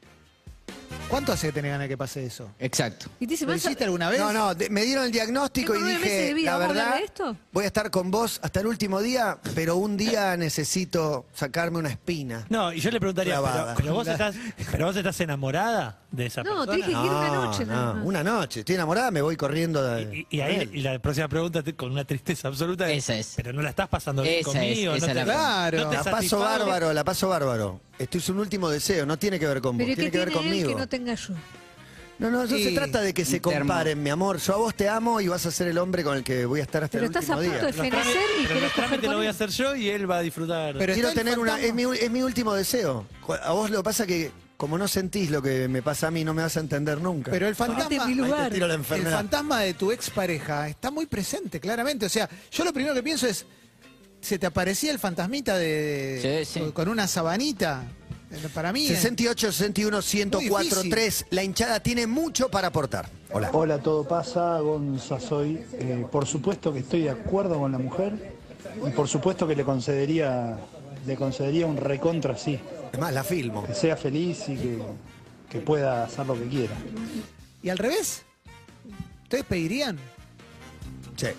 D: ¿cuánto hace que tenés ganas que pase eso?
E: Exacto.
G: Y te dice,
D: ¿Lo
G: ¿vas a-
D: hiciste alguna vez?
C: No, no, de- me dieron el diagnóstico y
G: Tengo nueve meses
C: dije,
G: de vida,
C: la
G: ¿vamos a hablar
C: verdad,
G: de esto?
C: voy a estar con vos hasta el último día, pero un día necesito sacarme una espina.
F: No, y yo le preguntaría,
C: Clavada.
F: ¿pero, pero vos estás, ¿pero vos estás enamorada de esa
G: No, te
F: persona?
G: dije que era una noche. nada más.
C: una noche. Estoy enamorada, me voy corriendo de.
F: Y, y ahí
C: de
F: y
C: él.
F: la próxima pregunta te- con una tristeza absoluta. es,
E: Esa es.
F: Pero no la estás pasando bien
E: Esa
F: conmigo.
E: es, esa
F: no
E: es la
F: te-
D: pregunta.
F: no te
C: la paso
F: satisfago.
C: bárbaro, la paso bárbaro. Esto es un último deseo, no tiene que ver con vos,
G: Pero ¿qué
C: tiene que ver
G: tiene él
C: conmigo.
G: que no tenga yo?
C: No, no, no
D: Sí,
C: se trata de que se
E: un termo.
C: comparen, mi amor. Yo a vos te amo y vas a ser el hombre con el que voy a estar hasta
G: Pero
C: el
G: estás
C: último
G: a punto
C: día.
G: de
F: Los trámites-
G: fenecer y
F: pero
G: querés
F: los
G: coger
F: trámites
G: con
F: lo voy a
G: él.
F: hacer yo y él va a disfrutar.
D: Pero
C: Quiero
D: está el
C: tener una. Es
D: fantasma.
C: mi, es mi último deseo. A vos lo que pasa que, como no sentís lo que me pasa a mí, no me vas a entender nunca.
D: Pero el
G: Ponete en
D: fantasma,
G: mi lugar.
C: Ahí te tiro la
D: el
C: enfermedad.
D: fantasma de tu expareja está muy presente, claramente. O sea, yo lo primero que pienso es, ¿se te aparecía el fantasmita de,
E: Sí, sí.
D: con una sabanita? Eh, Para mí... es-
C: 68, 61, 104,
D: Muy difícil.
C: 3. La hinchada tiene mucho para aportar. Hola.
H: Hola, todo pasa, Gonza soy. Eh, por supuesto que estoy de acuerdo con la mujer y por supuesto que le concedería, le concedería un recontra sí,
C: Es más, la filmo.
H: que sea feliz y que, que pueda hacer lo que quiera.
D: ¿Y al revés? ¿Ustedes pedirían?
C: Che,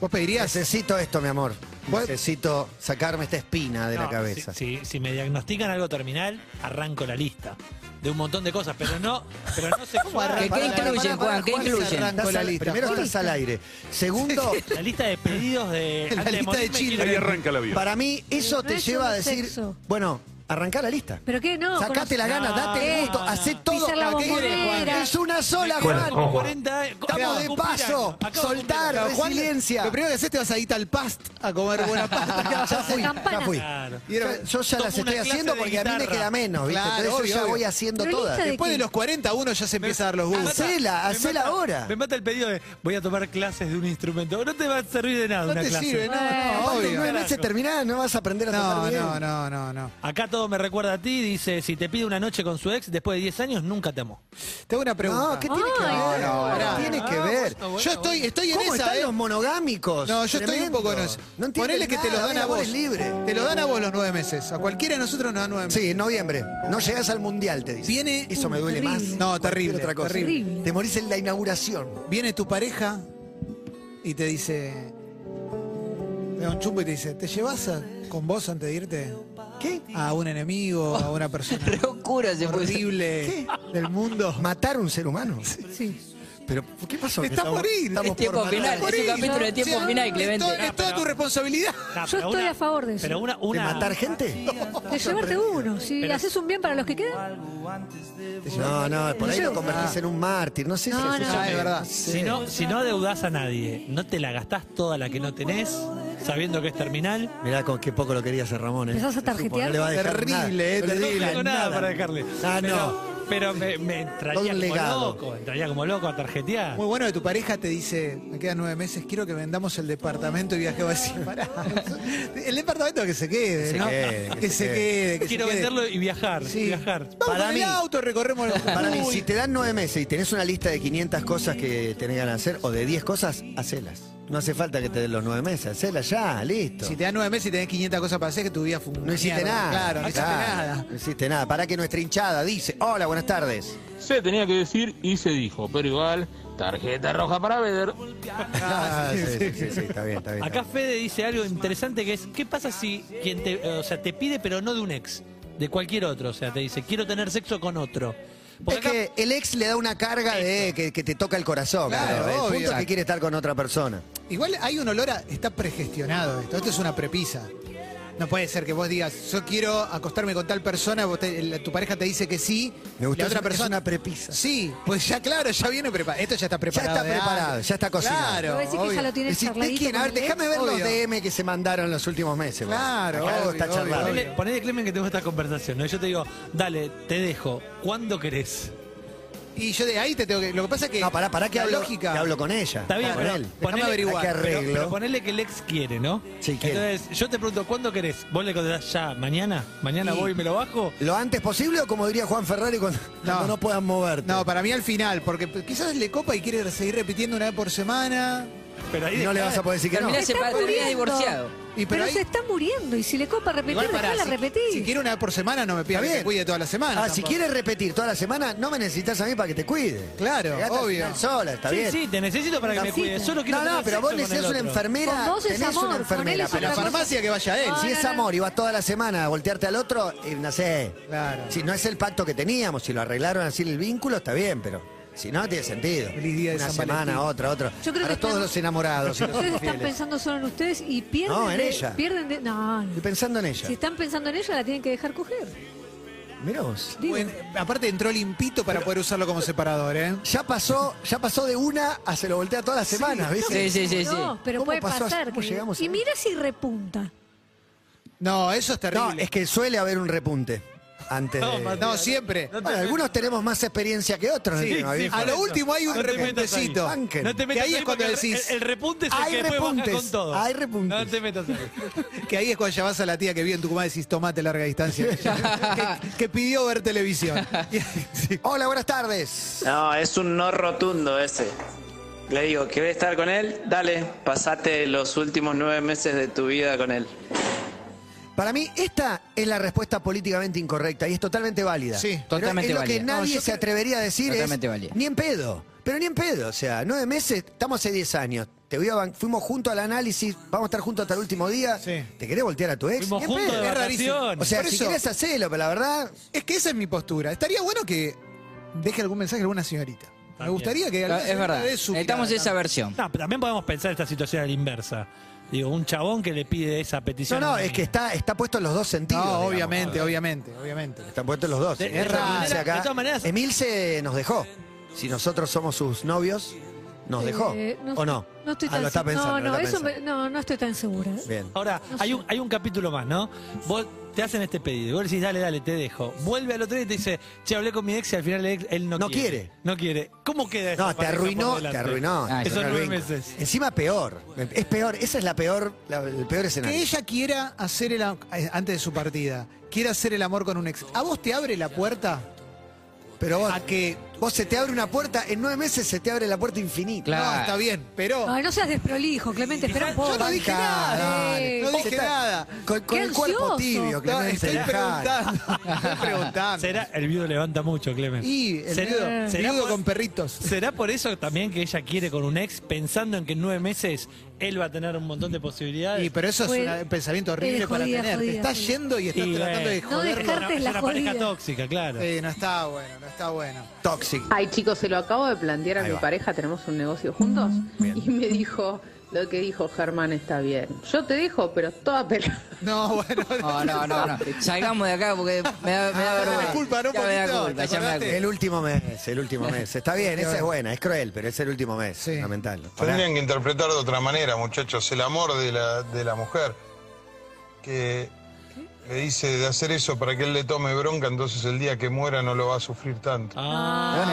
D: ¿Vos pedirías?
C: necesito esto, mi amor.
D: Bueno.
C: Necesito sacarme esta espina de
F: No,
C: la cabeza.
F: Si, si- si me diagnostican algo terminal, arranco la lista de un montón de cosas, pero no, pero no sé cómo
E: ¿Qué, qué incluyen, Juan? ¿Qué incluyen?
C: Estás
D: Arranco la
C: al-
D: lista.
C: Primero estás al aire. Segundo,
F: La lista de pedidos de.
D: La lista
F: antes
D: de
F: morirme
D: Chile.
F: quiero-
I: Ahí arranca el avión.
C: para mí, eso
G: No
C: te
G: es
C: lleva a
G: solo
C: decir,
G: sexo.
C: bueno, arrancá la lista.
G: ¿Pero qué? No.
C: Sacate
G: conoce- Ah,
C: la gana, date el gusto, hacé todo
G: Pisar la
C: para que
G: bombonera.
C: Es una sola,
F: Me eh, quedan
C: Juan.
F: como 40 acabo
C: Estamos de
F: cumplir años,
C: paso.
F: acabo de cumplir
C: Soltar,
F: años.
D: Juan,
C: resiliencia.
D: Lo primero que haces te vas a ir al past a comer buena pasta.
C: Ya fui, ya
G: Campana.
C: fui.
F: Claro.
C: Y era- Yo ya
F: Tomo
C: las
F: una
C: estoy
F: clase
C: haciendo
F: de
C: porque a mí me
F: guitarra.
C: queda menos, ¿viste?
D: Claro,
C: Entonces
D: obvio,
C: yo ya
D: obvio.
C: voy haciendo
G: Pero
C: todas.
G: lista
D: Después de los 40 uno ya se empieza a dar los
C: Ah,
D: gustos.
C: Hacela,
F: Me
C: hacela
F: mata-
C: ahora.
F: Me mata el pedido de voy a tomar clases de un instrumento. No te va a servir de nada
D: No
F: una
D: te
F: clase.
D: sirve, no,
G: Bueno,
D: no,
C: Aparte,
D: obvio.
C: nueve meses terminás, no vas a aprender a tocar
D: No,
C: bien.
D: no, no, no, no.
F: Acá todo me recuerda a ti, dice, si te pide una noche con su ex después de 10 años, nunca te amó.
D: Te hago una pregunta.
C: No, ¿qué tiene que
G: Ay,
C: ver?
D: no, no,
C: Pará,
D: no.
C: tiene que
F: Ah,
C: ver.
F: bueno,
D: yo estoy, estoy en
C: ¿Cómo
D: esa,
C: están
D: eh.
C: los monogámicos?
D: No, yo estoy un
C: Tremendo.
D: poco en eso.
C: No entienden
D: Ponele que te los
C: nada,
D: dan
C: el
D: a
C: amor
D: vos.
C: es libre.
D: Te los dan a vos los nueve meses. A cualquiera de nosotros nos dan nueve meses.
C: Sí, en noviembre. No llegás al mundial, te dice.
D: Viene-
C: Eso me duele
G: Terrible.
C: más.
D: No,
C: Cualquier
D: terrible,
C: Otra cosa.
G: terrible.
C: Te morís en la inauguración.
D: Viene tu pareja y te dice. Te da un chumbo y te dice, ¿te llevas a- con vos antes de irte?
C: ¿Qué?
D: A un enemigo, a una persona
E: Re oscuro se puso.
D: horrible del mundo.
C: ¿Eh? ¿Matar a un ser humano?
G: Sí.
C: Pero, ¿qué pasó?
D: Está por ir.
E: Es tiempo
C: matar.
E: penal, es un capítulo de tiempo
D: Sí,
E: final, Clemente.
D: Es, todo- es toda tu responsabilidad.
F: Nah,
G: Yo
F: pero
G: estoy a favor de eso.
F: Pero una,
C: ¿De
F: una
C: matar gente?
G: De llevarte uno. Si haces un bien para los que quedan.
C: No, no, por ahí lo convertís en un mártir. No sé si
G: No,
C: es
G: no.
C: eso.
D: Ah, es verdad.
F: si no, si no adeudás a nadie, no te la gastás toda la que no tenés, sabiendo que es terminal.
C: Mirá con qué poco lo quería hacer Ramón. ¿eh?
G: ¿Empezás
C: Se
G: a
C: supo,
G: tarjetear?
C: no le va a dejar
D: Terrible,
C: nada.
D: eh,
C: No le
D: terrible.
F: No
C: deja
F: tengo nada para dejarle.
C: Ah,
F: pero,
C: no.
F: Pero me, me
C: Todo un
F: entraría como
C: legado.
F: loco, entraría como loco a tarjetear.
D: Muy bueno que tu pareja te dice, me quedan nueve meses, quiero que vendamos el departamento y viaje vacío. Pará. El departamento que se quede,
C: Que se
D: ¿no?
C: quede, que
D: que
C: se
D: se
C: quede.
D: quede. que se
F: Quiero
D: quede.
F: venderlo y viajar,
D: Sí.
F: viajar.
D: Vamos
C: Para
D: con
C: mí-
D: el auto, recorremos los
C: Para mí,
D: Uy,
C: si te dan nueve meses y tenés una lista de 500 cosas que tenés ganas de hacer o de 10 cosas, hacelas. No hace falta que te den los nueve meses, hacela ya, listo.
D: Si te dan nueve meses y tenés 500 cosas para hacer, que tu vida fue un
C: No hiciste
D: mierda.
C: nada.
D: Claro, no hiciste
C: Claro,
D: nada.
C: No hiciste nada. Para que nuestra hinchada dice, hola, buenas tardes.
I: Se tenía que decir y se dijo, pero igual, tarjeta roja para ver.
C: Ah, sí, sí, sí, sí, está bien, está bien.
F: Acá Fede dice algo interesante que es, ¿qué pasa si quien te, eh, o sea, te pide pero no de un ex, de cualquier otro? O sea, te dice, quiero tener sexo con otro.
C: Es
F: Porque acá-
C: que el ex le da una carga de que, que te toca el corazón.
D: Claro,
C: Claro, el punto
D: obvio.
C: es que quiere estar con otra persona.
D: Igual hay un olor a. Está pregestionado esto. Esto es una prepisa. No puede ser que vos digas, yo quiero acostarme con tal persona, vos te- la- tu pareja te dice que sí,
C: Me gustó
D: la otra
C: esa- es
D: persona
C: una prepisa.
D: Sí, pues ya claro, ya viene preparado. Esto ya está
C: Ya
D: preparado.
C: está
D: de antes.
C: preparado, ya está cocinado.
D: Claro.
G: Pero decís que ya
D: obvio.
G: lo tiene
C: Decís, ¿de
G: charladito.
C: quién? A
G: con
C: ver,
G: el ex?
C: déjame ver los
D: Obvio.
C: DM que se mandaron los últimos meses. vos.
D: Claro,
C: Acá algo
D: obvio,
C: está
D: obvio,
C: charlado.
D: obvio.
F: Ponele, ponele, Clemen que tengo esta conversación, ¿no? Yo te digo, dale, te dejo, ¿cuándo querés?
D: Y yo de ahí te tengo que. Lo que pasa es que.
C: No, pará, pará, que
D: la
C: hablo,
D: lógica.
C: que hablo con ella.
F: Está bien,
C: con
F: pero
C: él.
F: ponele-
C: averiguar. ¿A qué
F: pero-
C: arreglo?
F: pero ponele que el ex quiere, ¿no?
C: Sí, quiere.
F: Entonces, yo te pregunto, ¿cuándo querés? Vos le contestás ya, mañana, mañana
C: Sí.
F: voy y me lo bajo.
C: ¿Lo antes posible o como diría Juan Ferrari cuando cuando no, puedas moverte?
D: No, para mí al final, porque quizás le copa y quiere seguir repitiendo una vez por semana.
F: Pero ahí
C: Y no le
F: dejá-
C: vas a poder decir que no.
E: Terminás,
G: Se
E: sepa-
G: está
E: terminás
G: muriendo.
E: divorciado.
D: Y pero
G: pero
D: ahí-
G: se está muriendo. Y si le copa repetir,
D: pará,
G: dejala
D: si-
G: repetir.
D: Si quiere una vez por semana, no me pida
C: Está
D: que
C: bien.
D: te cuide toda la semana.
C: Ah, si
D: tampoco.
C: quieres repetir toda la semana, no me necesitas a mí para que te cuide.
D: Claro,
C: Llegaste al
D: obvio.
C: final sola, está
F: sí,
C: bien.
F: sí, te necesito para que me
G: Necesita.
F: cuides. Solo quiero
C: No,
F: tener
C: no, pero
F: sexo
C: vos
F: con el
C: necesitas una
F: otro.
C: enfermera,
G: Con vos es
C: tenés
G: amor,
C: una
G: con él
C: enfermera.
G: es
D: A
C: Pero
D: la
G: otra
C: farmacia,
D: farmacia que vaya él.
G: No,
C: si es amor y vas toda la semana a voltearte al otro, eh, no sé.
D: Claro.
C: Si no es el pacto que teníamos, si lo arreglaron así el vínculo, está bien, pero si no, tiene sentido.
D: Feliz día de
C: una
D: San
C: semana,
D: Valentín.
C: otra, otra.
G: Yo creo
C: Para
G: que
C: todos
G: estamos-
C: los enamorados y los
G: Ustedes están
C: infieles.
G: pensando solo en ustedes y pierden.
C: No, en
G: de-
C: ella.
G: Pierden de- No, no.
C: Estoy pensando en ella.
G: Si están pensando en ella, la tienen que dejar coger.
C: Mirá vos.
G: Digo.
D: Bueno, aparte entró limpito para poder usarlo como separador, ¿eh?
C: Ya pasó, ya pasó de una a se lo voltea todas las semanas, ¿viste?
E: Sí, sí, sí, sí.
G: No, pero
C: ¿Cómo
G: puede
C: pasó?
G: pasar.
C: ¿Cómo
G: que-
C: llegamos a
G: Y
C: esto?
G: mira si repunta.
D: No, eso es
C: No,
D: terrible.
C: es que suele haber un repunte antes de...
D: No, siempre.
C: Bueno, algunos tenemos más experiencia que otros. en el
F: Sí,
C: tema,
F: sí,
C: viejo.
D: A lo
F: Correcto.
D: último hay un
F: No te metas ahí.
D: repuntecito.
C: Banquen.
F: No te
D: Que
F: metas
D: ahí es cuando
F: porque el-
D: decís,
F: El, el repunte es el
C: hay
F: que después baja
C: repuntes,
F: con todo.
C: hay repuntes.
F: No te metas ahí.
D: Que ahí es cuando llamás a la tía que vive en Tucumán y decís, tomate larga distancia. que, que pidió ver televisión. Sí.
C: Hola, buenas tardes.
J: No, es un no rotundo ese. Le digo, ¿querés estar con él? Dale, pasate los últimos nueve meses de tu vida con él.
C: Para mí, esta es la respuesta políticamente incorrecta y es totalmente válida.
D: Sí,
C: Pero
E: totalmente
C: es lo que
E: válida.
D: No,
C: nadie
D: yo
C: se
D: creo-
C: atrevería a decir
E: Totalmente
C: es,
E: válida.
C: ni en pedo. Pero ni en pedo, o sea, nueve meses, estamos hace diez años. Te voy a ban- fuimos juntos al análisis, vamos a estar juntos hasta el último día.
D: Sí.
C: ¿Te querés voltear a tu ex?
F: Fuimos
C: Ni en
F: juntos
C: pedo.
F: de
D: es rarísimo.
F: vacaciones.
C: O sea,
D: Por
C: si
D: eso-
C: querés hacelo, pero la verdad,
D: Es que esa es mi postura. Estaría bueno que deje algún mensaje a alguna señorita. Me
F: También.
D: gustaría que alguna
E: Es
D: señorita
E: verdad.
D: dé su
E: Necesitamos
D: mirada.
E: esa versión.
F: No, pero también podemos pensar esta situación a la inversa. Digo, un chabón que le pide esa
C: no,
F: petición.
C: no,
F: a una
C: es que
F: mina.
C: está, está puesto en los dos sentidos.
D: No,
C: digamos.
D: obviamente, obviamente, obviamente.
C: Están puestos los dos.
F: De-
C: Emil
F: de todas
C: Ramírez
F: maneras-
C: acá.
F: de todas maneras-
C: Emil se nos dejó. Si nosotros somos sus novios, nos dejó.
G: Eh,
C: ¿O no?
G: No estoy
C: Ah,
G: tan
C: lo está
G: se-
C: pensando.
G: No, no,
C: lo está
G: eso me-
C: pensando.
G: no, no estoy tan segura.
C: Bien.
F: Ahora, hay un, hay un capítulo más, ¿no? Vos te hacen este pedido, y vos decís, dale, dale, te dejo. Vuelve al otro día y te dice, che, hablé con mi ex y al final el ex- él no,
C: No quiere.
F: No quiere. ¿Cómo queda esa
C: No, te
F: pareja
C: arruinó,
F: por
C: te
F: delante?
C: arruinó.
E: Ah,
C: te
F: esos
C: arruinó el
F: nueve
C: vínculo.
F: meses.
C: Encima peor. Es peor, esa es la peor, la- el peor escenario.
D: Que ella quiera hacer el am- eh, antes de su partida, quiera hacer el amor con un ex. ¿A vos te abre la puerta?
C: Pero vos,
D: A que.
C: vos se te abre una puerta, en nueve meses se te abre la puerta infinita.
E: Claro.
D: No, está bien,
E: Ah.
D: pero.
G: Ay, no seas desprolijo, Clemente, espera un poco.
D: Yo no dije
C: Banca,
D: nada.
C: dale.
D: Oh, No
C: Se
D: dije
C: está-
D: nada.
C: Con, con
G: Qué
C: el cuerpo
G: ansioso.
C: tibio,
G: No,
D: No,
C: Clemente.
D: estoy
C: dejá.
D: preguntando. Estoy preguntando.
F: Será, el viudo levanta mucho, Clemen.
D: Y el
F: ¿Será-
D: viudo,
F: será
D: viudo
F: por-
D: con perritos.
F: ¿Será por eso también que ella quiere con un ex pensando en que en nueve meses él va a tener un montón de posibilidades?
D: Y, pero eso es
G: Fue-
D: una- un eh, pensamiento horrible
G: eres jodida,
D: para tener. Te
G: jodida,
D: estás
G: jodida.
D: yendo y estás
F: Y,
D: tratando de
F: eh,
G: No
D: joderlo.
G: dejar- descartes
F: Es una
G: la
F: pareja
G: jodida.
F: tóxica, claro.
D: Sí, no está bueno, no está bueno.
C: Tóxico.
K: Ay, chicos, se lo acabo de plantear a
C: Ahí
K: mi
C: va.
K: pareja, tenemos un negocio juntos. Y me dijo, lo que dijo Germán está bien. Yo te dejo, pero toda pelada.
D: No, bueno.
E: No, no, no, no. Salgamos de acá porque me da, me da
D: Ah,
E: vergüenza.
D: disculpa, ¿no,
E: Ya me
D: Paquito?
E: da
D: ¿Te
E: culpa, ya me da
D: acordaste?
E: culpa.
C: El último mes, el último mes. Está bien, esa es buena, es cruel, pero es el último mes,
D: Sí.
C: fundamental.
I: Tendrían que interpretar de otra manera, muchachos, el amor de la, de la mujer. Que le dice de hacer eso para que él le tome bronca, entonces el día que muera no lo va a sufrir tanto.
F: Ah,
E: Buen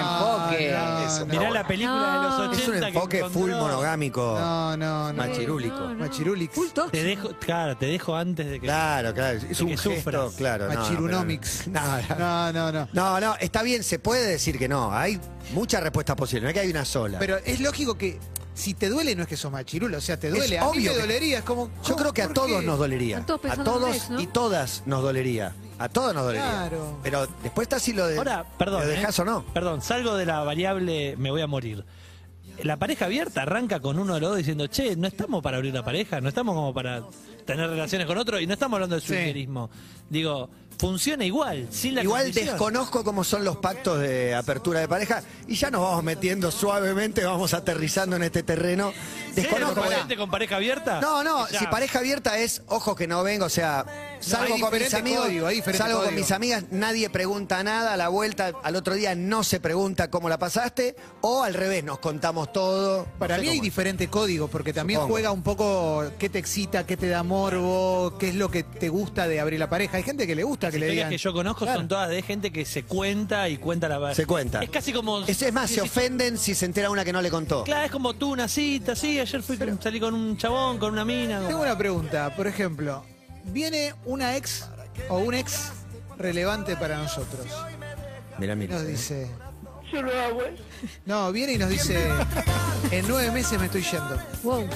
E: enfoque.
L: Ah,
I: Esa está
F: mirá
I: buena.
F: la película de
G: No.
F: los
C: Es
F: 80
C: un enfoque
F: que encontró.
C: full monogámico.
D: No, no, no.
C: Machirúlico.
D: Machirulix.
G: Full tóxico.
F: Te dejo, claro, te dejo antes de que...
C: Claro, claro. Es
F: que
C: un gesto,
F: sufras.
C: claro. no,
D: Machirunomics.
C: pero- No, no.
D: No, no, no.
C: No, no, está bien, se puede decir que no. Hay muchas respuestas posibles, no es que hay una sola.
D: Pero es lógico que si te duele no es que sos machirulo, o sea, te
C: Es
D: duele. a mí
C: obvio
D: me
C: que-
D: dolería, es como...
C: Yo creo que a
D: ¿por
C: todos
D: qué?
C: nos dolería.
D: Están todos
C: A
D: pensando en
C: todos
D: Rex, ¿no?
C: y todas nos dolería. A todos nos dolería.
D: Claro.
C: Pero después está si lo de.
F: Ahora, perdón.
C: ¿Lo dejás
F: ¿eh?
C: o no?
F: Perdón, salgo de la variable me voy a morir. La pareja abierta arranca con uno de los dos diciendo, che, no estamos para abrir la pareja, no estamos como para tener relaciones con otro y no estamos hablando de sugerismo. Digo, funciona igual, sin la
C: Igual
F: condición.
C: desconozco cómo son los pactos de apertura de pareja y ya nos vamos metiendo suavemente, vamos aterrizando en este terreno.
F: ¿Sí hay algo
C: Desconozco. porque-
F: diferente con pareja abierta?
C: No, no,
F: Ya.
C: si pareja abierta es ojo que no vengo, o sea, salgo
D: hay
C: con mis
D: diferente
C: amigos,
D: código, hay diferente
C: salgo con
D: código.
C: mis amigas, nadie pregunta nada, a la vuelta al otro día no se pregunta cómo la pasaste o al revés, nos contamos todo.
D: Para
C: No sé
D: mí hay
C: cómo es.
D: diferente código, porque también
C: Supongo.
D: juega un poco qué te excita, qué te da morbo, qué es lo que te gusta de abrir la pareja. Hay gente que le gusta que
F: Las
D: le
F: historias
D: digan.
F: que yo conozco
D: Claro.
F: son todas de gente que se cuenta y cuenta la verdad.
C: Se cuenta.
F: Es casi como.
C: Es, es más, se
F: Sí, sí.
C: ofenden si se entera una que no le contó.
F: Claro, es como tú, una cita, sí, ayer fui, con- salí con un chabón, con una mina.
D: Tengo una pregunta, por ejemplo, viene una ex o un ex relevante para nosotros.
C: Mira,
D: Y
C: mira.
D: nos dice. No, viene y nos dice. En nueve meses me estoy yendo.
G: Wow.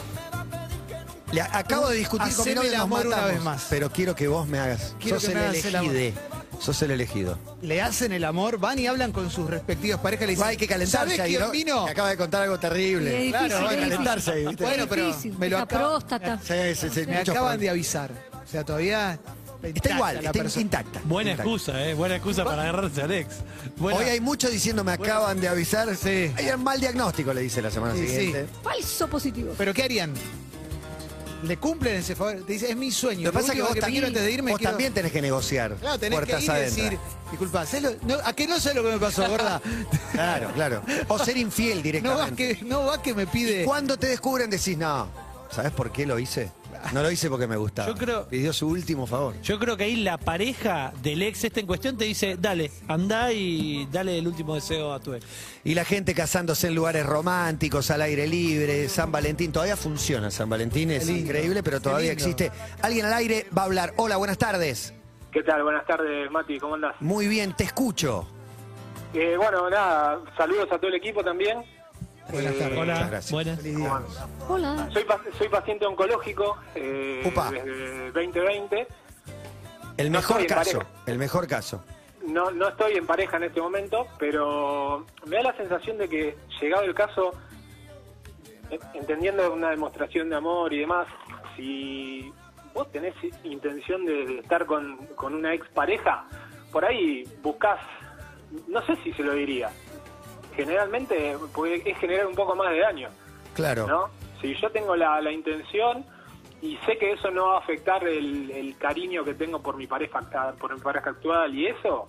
C: Le a- acabo de discutir con mi
D: Haceme
C: novia,
D: el
C: nos
D: amor una
C: matamos,
D: vez más.
C: Pero quiero que vos me hagas.
D: Quiero
C: Sos
D: que
C: el
D: me hagas el amor.
C: elegido. Sos el elegido.
D: Le hacen el amor, van y hablan con sus respectivas parejas. Le dicen,
C: Hay que calentarse
D: ¿Sabés
C: ahí,
D: quién
C: ¿no?
D: vino?
C: Me acaba de contar algo
G: Y es
C: terrible.
G: difícil,
C: hay
G: es
C: que
G: difícil.
C: calentarse ahí, ¿viste?
D: Bueno, pero
G: Difícil,
D: me lo
G: esa
D: acaba-
G: próstata.
C: Eh, Sí, sí, sí,
D: Me
C: muchos
D: acaban
C: problemas.
D: de avisar. O sea, todavía.
C: Está
D: intacta
C: igual,
D: la
C: está in-
D: persona.
C: intacta.
F: Buena
C: intacta.
F: excusa, ¿eh? Buena excusa para agarrarse a Alex. Buena-
C: Hoy hay muchos diciendo, me acaban de avisar.
D: Sí.
C: Hay un mal diagnóstico, le dice la semana
D: Sí, sí.
C: siguiente.
G: Falso positivo.
D: Pero ¿qué harían? ¿Le cumplen ese favor? Te dice, es mi sueño.
C: Lo que pasa es que
D: último
C: vos,
D: me
C: también,
D: quiero antes de irme,
C: vos
D: quiero-
C: también tenés que negociar
D: Claro, tenés
C: puertas
D: que ir y
C: adentro.
D: decir, disculpa, ¿sabés lo- no- ¿a que no sé lo que me pasó, gorda?
C: Claro, claro. O ser infiel
D: no, va
C: directamente.
D: que, no va que me pide...
C: Cuando te descubren decís, no, ¿sabes por qué lo hice? No lo hice porque me gustaba.
F: Yo creo-
C: Pidió su último favor.
F: Yo creo que ahí la pareja del ex este en cuestión te dice, dale, anda y dale el último deseo a tu ex.
C: Y la gente casándose en lugares románticos, al aire libre, San Valentín, todavía funciona San Valentín, es increíble, pero todavía
D: lindo.
C: existe. Alguien al aire va a hablar. Hola, buenas tardes.
M: ¿Qué tal? Buenas tardes, Mati, ¿cómo andás?
C: Muy bien, te escucho.
M: Eh, bueno, nada, saludos a todo el equipo también.
C: Buenas tardes. Muchas gracias.
F: Buena.
G: Hola.
M: Soy, pa- soy paciente oncológico eh,
C: Upa.
M: desde 2020.
C: El
M: No
C: mejor
M: estoy en
C: caso,
M: pareja.
C: el mejor caso.
M: No, no estoy en pareja en este momento, pero me da la sensación de que, llegado el caso, eh, entendiendo una demostración de amor y demás, si vos tenés intención de de estar con, con una ex pareja, por ahí buscás, no sé si se lo diría, generalmente porque es generar un poco más de daño.
C: Claro.
M: ¿no? Si yo tengo la, la intención y sé que eso no va a afectar el, el cariño que tengo por mi pareja acta- por mi pareja actual y eso,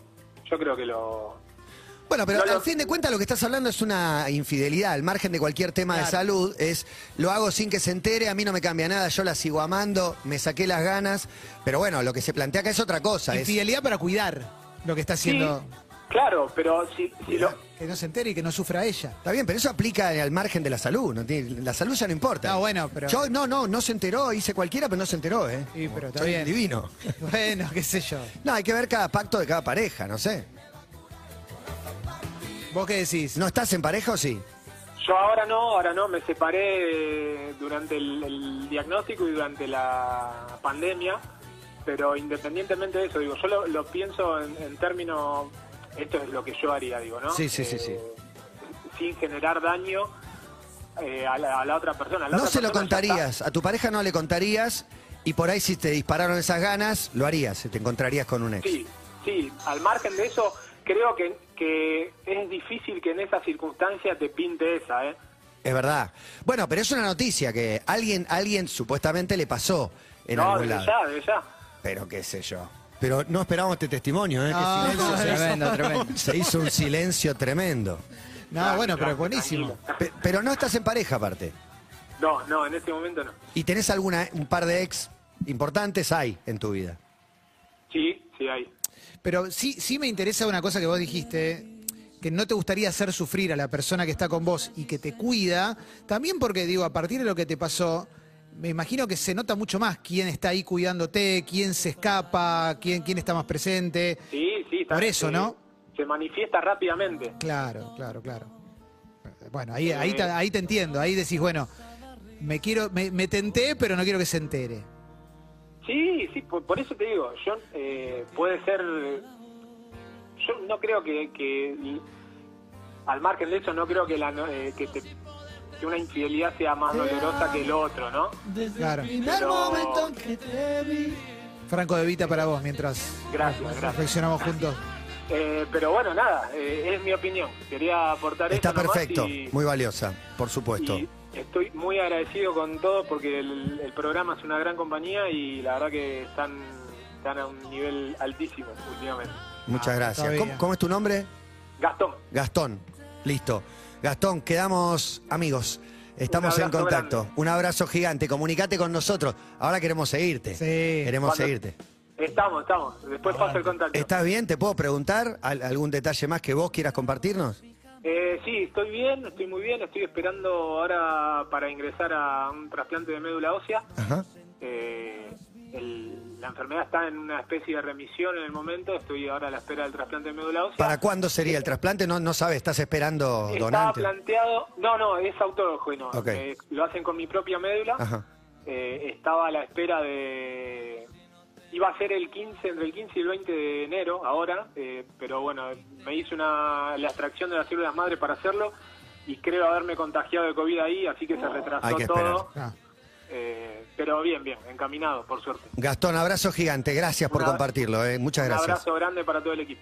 M: yo creo que lo
C: Bueno, pero
M: No, no.
C: al fin de cuentas lo que estás hablando es una infidelidad, al margen de cualquier tema de salud, es lo hago sin que se entere, a mí no me cambia nada, yo la sigo amando, me saqué las ganas, pero bueno, lo que se plantea acá es otra cosa, es
D: Infidelidad para cuidar lo que está haciendo...
M: Sí, claro, pero si, si lo
D: Que no se entere y que no sufra ella.
C: Está bien, pero eso aplica al margen de la salud, no tiene- la salud ya no importa.
D: No, bueno, pero-
C: Yo no, no, no se enteró, hice cualquiera, pero no se enteró, ¿eh?
D: Sí, pero está
C: Soy
D: bien.
C: divino.
D: Bueno, qué sé yo.
C: No, hay que ver cada pacto de cada pareja, no sé.
D: ¿Vos qué decís?
C: ¿No estás en pareja o sí?
M: yo ahora no, ahora no, me separé eh, durante el, el diagnóstico y durante la pandemia, pero independientemente de eso, digo, yo lo, lo pienso en, en términos, esto es lo que yo haría, digo, ¿no? Eh,
C: Sí, sí, sí, sí.
M: Sin generar daño eh, a, la, a la otra persona. La
C: No
M: otra
C: se lo
M: persona ya está-
C: contarías, a tu pareja no le contarías y por ahí si te dispararon esas ganas, lo harías, te encontrarías con un ex.
M: Sí, sí, al margen de eso, creo que, que es difícil que en esa circunstancia te pinte esa, ¿eh?
C: Es verdad. Bueno, pero es una noticia que alguien, alguien supuestamente le pasó en
M: no,
C: algún
M: desde
C: lado.
M: ya, desde ya.
C: Pero qué sé yo. Pero no esperábamos este testimonio, ¿eh? Qué silencio
D: No, no,
C: se hizo.
E: Tremendo, tremendo.
C: Se hizo un silencio tremendo.
D: No, bueno, pero es buenísimo.
C: Pe- pero no estás en pareja aparte.
M: No, no, en este momento no.
C: ¿Y tenés alguna, un par de ex importantes hay en tu vida?
M: Sí, sí, ahí.
D: Pero sí, sí me interesa una cosa que vos dijiste, que no te gustaría hacer sufrir a la persona que está con vos y que te cuida, también porque digo, a partir de lo que te pasó, me imagino que se nota mucho más quién está ahí cuidándote, quién se escapa, quién, quién está más presente.
M: Sí, sí. está-
D: Por eso,
M: sí.
D: ¿no?
M: Se manifiesta rápidamente.
D: Claro, claro, claro. Bueno, ahí, ahí,
F: Eh,
D: te, ahí te entiendo. Ahí decís, bueno, me quiero, me, me tenté, pero no quiero que se entere.
F: Sí, sí, por, por eso te digo, yo eh, puede ser, yo no creo que, que y al margen de eso, no creo que la no- eh, que, te- que una infidelidad sea más dolorosa que el otro, ¿no?
D: Claro.
F: Pero-
D: Franco de Vita para vos mientras
F: Gracias,
D: nos- nos
F: gracias.
D: reflexionamos juntos.
F: Eh, pero bueno, nada, eh, es mi opinión. Quería aportar
C: Está
F: eso nomás
C: perfecto,
F: y-
C: muy valiosa, por supuesto.
F: Estoy muy agradecido con todo porque el, el programa es una gran compañía y la verdad que están, están a un nivel altísimo últimamente.
C: Muchas gracias.
F: todavía.
C: ¿Cómo, cómo es tu nombre?
F: Gastón.
C: Gastón, listo. Gastón, quedamos amigos. Estamos
F: Un
C: en
F: abrazo
C: contacto. Un abrazo gigante. Comunicate con nosotros. Ahora queremos seguirte. Queremos
F: Cuando-
C: seguirte.
F: Estamos, estamos.
D: Ah,
F: Después paso el contacto.
C: ¿Estás bien? ¿Te puedo preguntar al- algún detalle más que vos quieras compartirnos?
F: Eh, sí, estoy bien, estoy muy bien. Estoy esperando ahora para ingresar a un trasplante de médula ósea.
C: Ajá.
F: Eh, el- la enfermedad está en una especie de remisión en el momento. Estoy ahora a la espera del trasplante de médula ósea.
C: ¿Para cuándo sería el trasplante? No, no sabes, estás esperando
F: Estaba
C: donante.
F: planteado, no, no, es autógeno,
C: Ok. Ah.
F: eh, lo hacen con mi propia médula,
C: Ajá.
F: Eh, estaba a la espera de, iba a ser el 15, entre el 15 y el 20 de enero ahora, eh, pero bueno, me hice una, la extracción de las células madre para hacerlo y creo haberme contagiado de COVID ahí, así que se retrasó
C: Hay que esperar.
F: todo,
D: Ah,
F: Eh, pero bien, bien, encaminado, por suerte.
C: Gastón, abrazo gigante. Gracias por
F: Un abra-
C: compartirlo. eh. Muchas
F: Un
C: gracias.
F: abrazo grande para todo el equipo.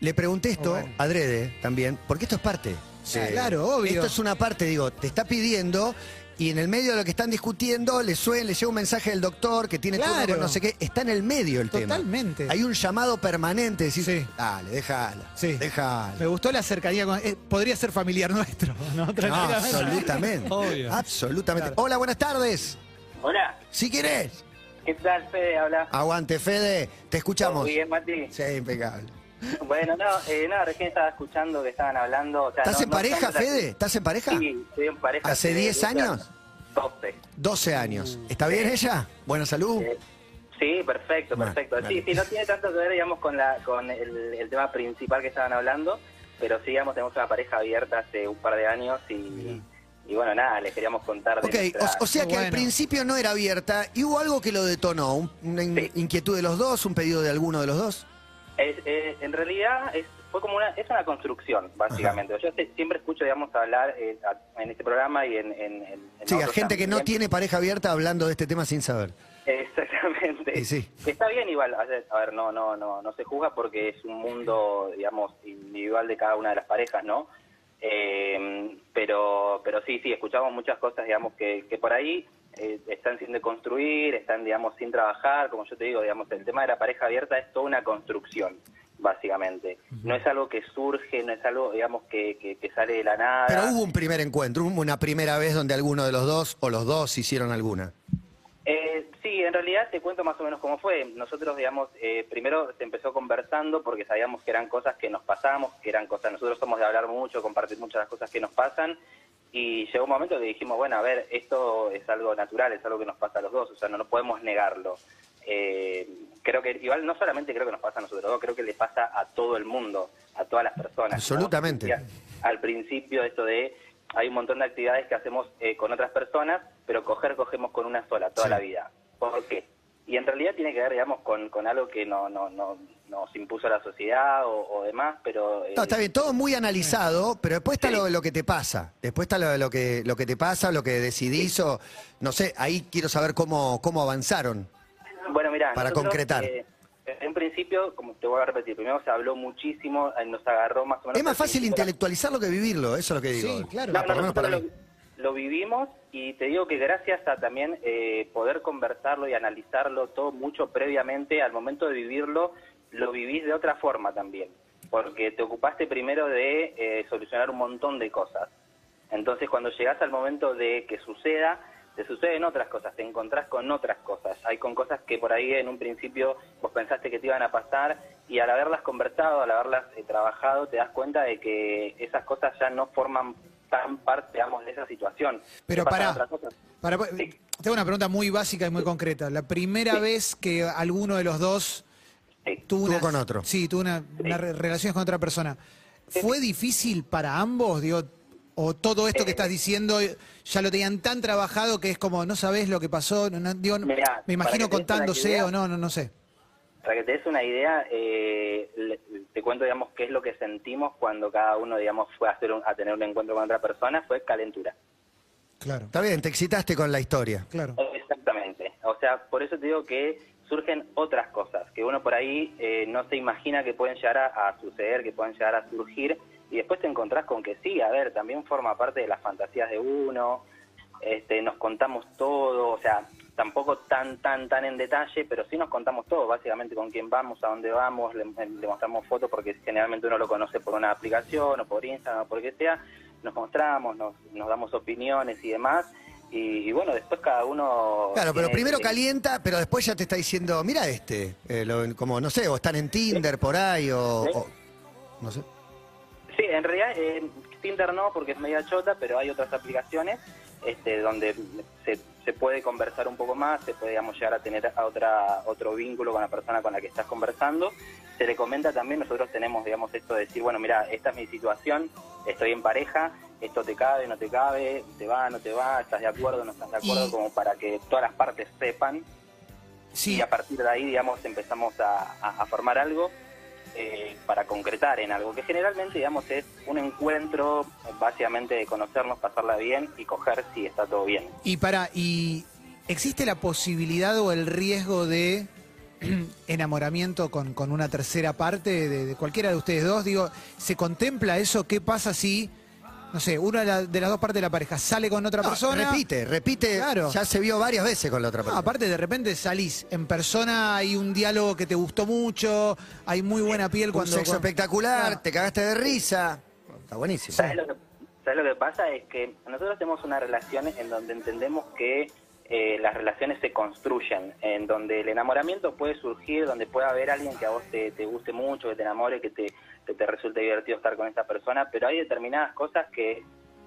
C: Le pregunté esto adrede también, porque esto es parte.
F: Sí.
C: Eh,
D: Claro, obvio.
C: Esto es una parte, digo, te está pidiendo y en el medio de lo que están discutiendo le suena, le llega un mensaje del doctor que tiene turno
D: Claro.
C: con no sé qué, está en el medio el tema.
D: Totalmente.
C: Hay un llamado permanente, decís, dale, déjala, déjala.
D: Me gustó la cercanía con. eh, podría ser familiar nuestro, ¿no?
C: No,
D: Tranquilamente.
C: absolutamente. Absolutamente. Hola, buenas tardes.
L: Hola.
C: Si querés.
L: ¿Qué tal, Fede? Habla.
C: Aguante, Fede. Te escuchamos.
L: Muy bien, Mati.
C: Sí, impecable.
L: Bueno, no, eh, no, recién estaba escuchando que estaban hablando. o sea,
C: ¿Estás
L: no-
C: en
L: no
C: pareja,
L: somos así.
C: Fede? ¿Estás en pareja?
L: Sí, estoy en pareja.
C: ¿Hace 10
L: o sea,
C: años?
L: 12.
C: 12 años. ¿Está bien ella? Buena salud.
L: Sí, perfecto,
C: Bueno,
L: Eh, perfecto. Sí,
C: bueno.
L: sí, no tiene tanto que ver, digamos, con, la, con el, el tema principal que estaban hablando, pero sí, digamos, tenemos una pareja abierta hace un par de años y, y bueno, nada, les queríamos contar de
C: Ok,
L: nuestra-
C: o, o sea que al principio no era abierta y hubo algo que lo detonó, un- una in- inquietud de los dos, un pedido de alguno de los dos.
L: Es- eh, en realidad es, fue como una, es una construcción, básicamente. Yo se- siempre escucho, digamos, hablar eh, a- en este programa y en... en, en- en
C: Sí, a
L: otros
C: gente que no
L: también.
C: tiene pareja abierta hablando de este tema sin saber.
L: Exactamente.
C: Y sí.
L: Está bien igual, a ver, a ver, no, no, no, no se juzga porque es un mundo, digamos, individual de cada una de las parejas, ¿no? Eh, pero, pero sí, sí, escuchamos muchas cosas, digamos, que, que por ahí eh, están sin deconstruir, están, digamos, sin trabajar, como yo te digo, digamos, el tema de la pareja abierta es toda una construcción, básicamente. No es algo que surge, no es algo, digamos, que, que, que sale de la nada.
C: Pero hubo un primer encuentro, hubo una primera vez donde alguno de los dos o los dos hicieron alguna.
L: Eh, sí, en realidad te cuento más o menos cómo fue. Nosotros, digamos, eh, primero se empezó conversando porque sabíamos que eran cosas que nos pasábamos, que eran cosas, nosotros somos de hablar mucho, compartir muchas de las cosas que nos pasan y llegó un momento que dijimos, bueno, a ver, esto es algo natural, es algo que nos pasa a los dos, o sea, no, no podemos negarlo. Eh, creo que igual no solamente creo que nos pasa a nosotros dos, creo que le pasa a todo el mundo, a todas las personas.
C: Absolutamente.
L: Ya, Al principio esto de hay un montón de actividades que hacemos eh, con otras personas, pero coger cogemos con una sola toda
C: Sí.
L: la vida. ¿Por qué? Y en realidad tiene que ver, digamos, con, con algo que no, no, no, nos impuso la sociedad o, o demás, pero... eh,
C: No, está bien, todo muy analizado, pero después está lo, lo que te pasa. Después está lo, lo que, lo que te pasa, lo que decidís o, no sé, ahí quiero saber cómo, cómo avanzaron.
L: Bueno, mira,
C: Para concretar.
L: en principio, como te voy a repetir, primero se habló muchísimo, eh, nos agarró más o menos...
C: Es más
L: al
C: fácil
L: principio la-
C: intelectualizarlo que vivirlo, eso es lo que digo.
L: No,
C: Ah,
L: no,
C: por lo menos
L: nosotros
C: para mí.
L: lo, lo vivimos y te digo que gracias a también eh, poder conversarlo y analizarlo todo mucho previamente, al momento de vivirlo, lo vivís de otra forma también. Porque te ocupaste primero de eh, solucionar un montón de cosas. Entonces, cuando llegás al momento de que suceda, te suceden otras cosas, te encontrás con otras cosas. Hay con cosas que por ahí en un principio vos pensaste que te iban a pasar y al haberlas conversado, al haberlas eh, trabajado, te das cuenta de que esas cosas ya no forman tan parte, digamos, de esa situación.
D: Pero
L: Te pasan
D: pará.
L: otras cosas.
D: Para- pues, Tengo una pregunta muy básica y muy concreta. La primera vez que alguno de los dos tuvo, una-
C: con otro.
D: Sí, tuvo una, una re- relación con otra persona. ¿Fue difícil para ambos? Digo, O todo esto que estás diciendo eh, ya lo tenían tan trabajado que es como no sabés lo que pasó, no- no- digo, no-
L: Mirá,
D: me
L: para que
D: imagino
L: te des una
D: contándose
L: idea.
D: o no, no, no sé.
L: Para que te des una idea, eh, le- te cuento, digamos, qué es lo que sentimos cuando cada uno, digamos, fue a, hacer un- a tener un encuentro con otra persona, fue calentura.
C: Claro. Está bien, te excitaste con la historia.
D: Claro.
L: Eh, Exactamente. O sea, por eso te digo que surgen otras cosas que uno por ahí eh, no se imagina que pueden llegar a, a suceder, que pueden llegar a surgir, y después te encontrás con que sí, a ver, también forma parte de las fantasías de uno, este, nos contamos todo, o sea, tampoco tan, tan, tan en detalle, pero sí nos contamos todo, básicamente con quién vamos, a dónde vamos, le, eh, le mostramos fotos porque generalmente uno lo conoce por una aplicación o por Instagram o por que sea, nos mostramos, nos, nos damos opiniones y demás, y, y bueno, después cada uno...
C: Claro, pero
L: tiene-
C: primero calienta, pero después ya te está diciendo, mira este, eh, lo- como no sé, o están en Tinder por ahí, o,
L: Sí.
C: o- no sé.
L: Sí, en realidad eh, Tinder no, porque es media chota, pero hay otras aplicaciones este, donde se, se puede conversar un poco más, se puede digamos, llegar a tener a otra, otro vínculo con la persona con la que estás conversando. Se le comenta también, nosotros tenemos digamos, esto de decir, bueno, mira, esta es mi situación, estoy en pareja, esto te cabe, no te cabe, te va, no te va, estás de acuerdo, no estás de acuerdo,
D: Y-
L: como para que todas las partes sepan. Y a partir de ahí, digamos, empezamos a, a- a formar algo eh, para concretar en algo que generalmente, digamos, es un encuentro eh, básicamente de conocernos, pasarla bien y coger si está todo bien.
D: Y para, y ¿existe la posibilidad o el riesgo de enamoramiento con, con una tercera parte de, de cualquiera de ustedes dos? Digo, ¿se contempla eso? ¿Qué pasa si, no sé, una de, la- de las dos partes de la pareja sale con otra
C: No,
D: persona?
C: Ah, repite, repite,
D: Claro.
C: ya se vio varias veces con la otra
D: No,
C: persona.
D: aparte de repente salís, en persona hay un diálogo que te gustó mucho, hay muy buena piel
C: Un
D: cuando...
C: sexo
D: cuando-
C: espectacular,
D: Claro.
C: te cagaste de risa, está buenísimo.
L: ¿Sabes lo, que, sabes lo que pasa? Es que nosotros tenemos una relación en donde entendemos que eh, las relaciones se construyen, en donde el enamoramiento puede surgir, donde puede haber alguien que a vos te, te guste mucho, que te enamore, que te, que te resulte divertido estar con esa persona, pero hay determinadas cosas que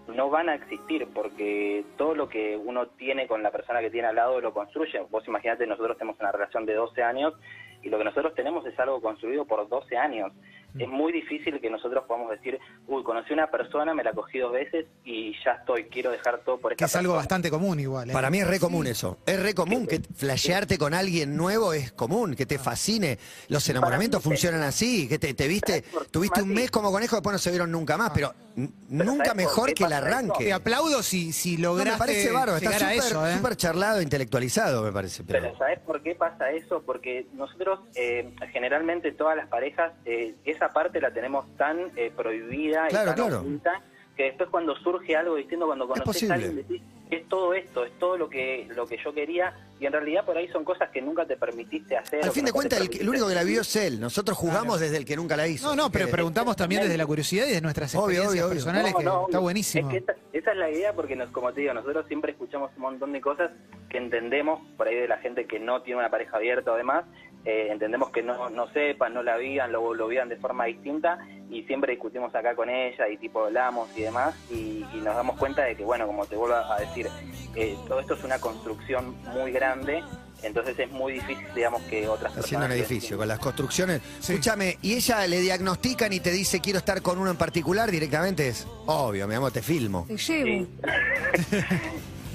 L: no van a existir porque todo lo que uno tiene con la persona que tiene al lado lo construye. Vos imaginate, nosotros tenemos una relación de 12 años y lo que nosotros tenemos es algo construido por 12 años.
D: Mm.
L: Es muy difícil que nosotros podamos decir, uy, conocí una persona, me la cogí dos veces y ya estoy, quiero dejar todo por
D: Que
L: esta
D: es algo
L: persona".
D: bastante común igual. ¿eh?
C: Para mí es re común eso. Es re común que flashearte con alguien nuevo es común, que
D: Ah.
C: te fascine. Los enamoramientos funcionan así, que te, te viste, tuviste un mes como conejo, después no se vieron nunca
D: Ah.
C: más, pero n- nunca
L: ¿sabes por
C: mejor
L: qué
C: que el
L: pasa
C: arranque.
D: Te aplaudo si, si
C: No,
D: lograste
C: me parece bárbaro, está
D: llegar a
C: súper
D: eso. ¿eh?
C: súper charlado, intelectualizado, me parece. pero-
L: Pero ¿sabes por qué pasa eso? Porque nosotros eh, generalmente todas las parejas eh, esa parte la tenemos tan eh, prohibida
C: Claro,
L: y tan
C: claro.
L: oculta que después cuando surge algo distinto, cuando conoces
C: posible.
L: a alguien decís, es todo esto, es todo lo que lo que yo quería y en realidad por ahí son cosas que nunca te permitiste hacer.
C: Al
L: o que
C: fin de
L: nunca te
C: cuentas, el, que- el único que la vio
L: permitiste.
C: es él. Nosotros jugamos desde el que nunca la hizo.
D: No, no,
C: así
D: pero
C: que-
D: preguntamos también desde la curiosidad y de nuestras
C: Obvio,
D: experiencias
C: obvio, obvio.
D: personales,
L: No,
D: que
L: no,
D: está
L: obvio.
D: buenísimo.
L: Es que esa, esa es la idea porque, nos, como te digo, nosotros siempre escuchamos un montón de cosas que entendemos por ahí de la gente que no tiene una pareja abierta o demás. eh, entendemos que no, no sepan, no la vean, lo, lo vean de forma distinta y siempre discutimos acá con ella y tipo hablamos y demás y, y nos damos cuenta de que, bueno, como te vuelvo a decir, eh, todo esto es una construcción muy grande, entonces es muy difícil, digamos, que otras
C: Está haciendo un
L: personas...
C: edificio con las construcciones. Escúchame, y ella le diagnostican y te dice quiero estar con uno en particular directamente. Es obvio, mi amor, te filmo.
G: Te llevo.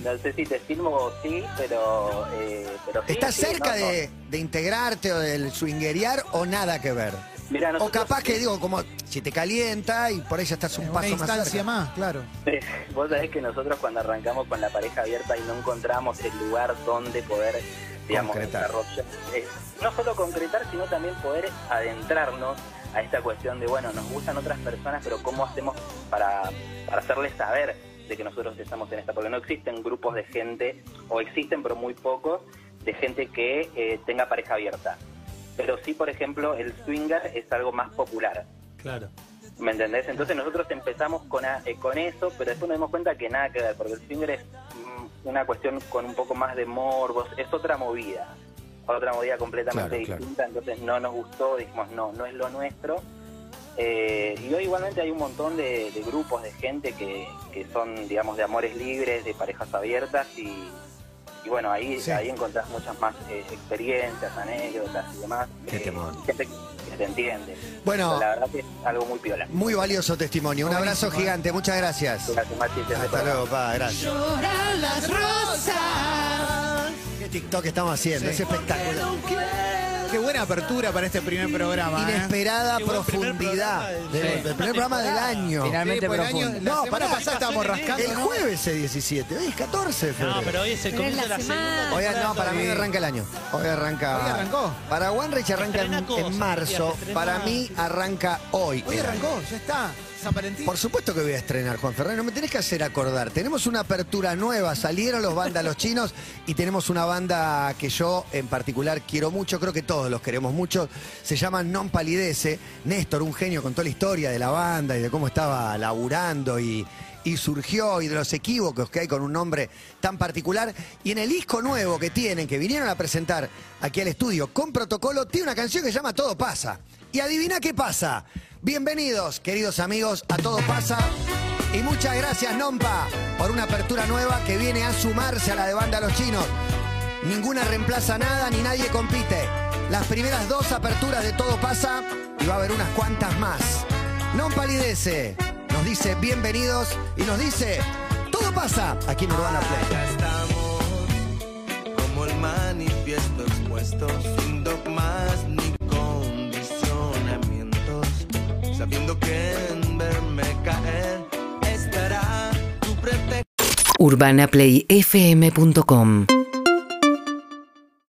L: No sé si te filmo o sí, pero... Eh, pero sí,
C: ¿Estás
L: sí,
C: cerca
L: no, no.
C: de, de integrarte o del swingerear o nada que ver?
L: Mirá,
C: o
L: nosotros-
C: capaz que digo, como si te calienta y por ella estás un
D: Una
C: paso más
D: instancia
C: cerca.
D: más, claro.
L: Eh, Vos sabés que nosotros cuando arrancamos con la pareja abierta y no encontramos el lugar donde poder, digamos,
C: Concretar.
L: desarrollar. eh, no solo concretar, sino también poder adentrarnos a esta cuestión de, bueno, nos gustan otras personas, pero ¿cómo hacemos para, para hacerles saber de que nosotros estamos en esta? Porque no existen grupos de gente, o existen, pero muy pocos, de gente que eh, tenga pareja abierta. Pero sí, por ejemplo, el swinger es algo más popular.
F: Claro.
L: ¿Me entendés? Entonces nosotros empezamos con, a- eh, con eso, pero después nos dimos cuenta que nada que ver, porque el swinger es mm, una cuestión con un poco más de morbos, es otra movida, otra movida completamente
C: Claro, claro.
L: distinta, entonces no nos gustó, dijimos no, no es lo nuestro. Eh, y hoy igualmente hay un montón de, de grupos de gente que, que son, digamos, de amores libres, de parejas abiertas y, y bueno, ahí,
D: Sí.
L: ahí encontrás muchas más eh, experiencias, anécdotas y demás.
C: Qué
L: Eh,
C: temón.
L: gente que se entiende.
C: Bueno.
L: la verdad que es algo muy piola.
C: Muy valioso testimonio. Un abrazo
D: ¿eh?
C: gigante. Muchas gracias.
L: Gracias, Mati.
C: Hasta luego, pa. Gracias.
N: Lloran las rosas.
C: ¿Qué TikTok estamos haciendo? Es espectacular.
D: Qué buena apertura para este primer programa. ¿eh?
C: Inesperada
D: Qué buen primer
C: profundidad.
D: programa
C: del,
D: de-
C: del primer programa del año.
D: Finalmente Sí, por el año- profundo. la
C: no, para
D: semana
C: pasar
D: pasada
C: estábamos
D: en enero,
C: rascando. El
D: ¿no?
C: jueves es 17, hoy es 14 de febrero.
F: No, pero hoy es el comienzo de la segunda.
C: Hoy,
F: temporada
C: no, para mí
F: de-
C: arranca el año. Hoy arranca.
F: Hoy arrancó.
C: Para Wanrich arranca en,
D: Estrena cosas,
C: en marzo.
D: tía, estrena-
C: Para mí arranca hoy.
D: Hoy
C: el
D: arrancó, ya está. San Valentín.
C: Por supuesto que voy a estrenar, Juan Ferrer. No me tenés que hacer acordar. Tenemos una apertura nueva. Salieron los vándalos chinos y tenemos una banda que yo en particular quiero mucho. Creo que todos los queremos mucho. Se llama Non Palidece. Néstor, un genio, contó la historia de la banda y de cómo estaba laburando y, y surgió y de los equívocos que hay con un nombre tan particular. Y en el disco nuevo que tienen, que vinieron a presentar aquí al estudio con protocolo, tiene una canción que se llama Todo pasa. Y adivina qué pasa. Bienvenidos, queridos amigos, a Todo pasa. Y muchas gracias, Nompa, por una apertura nueva que viene a sumarse a la de banda Los Chinos. Ninguna reemplaza nada ni nadie compite. Las primeras dos aperturas de Todo pasa y va a haber unas cuantas más. No palidece. Nos dice bienvenidos y nos dice todo pasa aquí en Urbana Play.
O: como el manifiesto expuesto, sin dogmas ni condicionamientos, sabiendo que en verme caer estará tu pretexto.
B: urbanaplayfm.com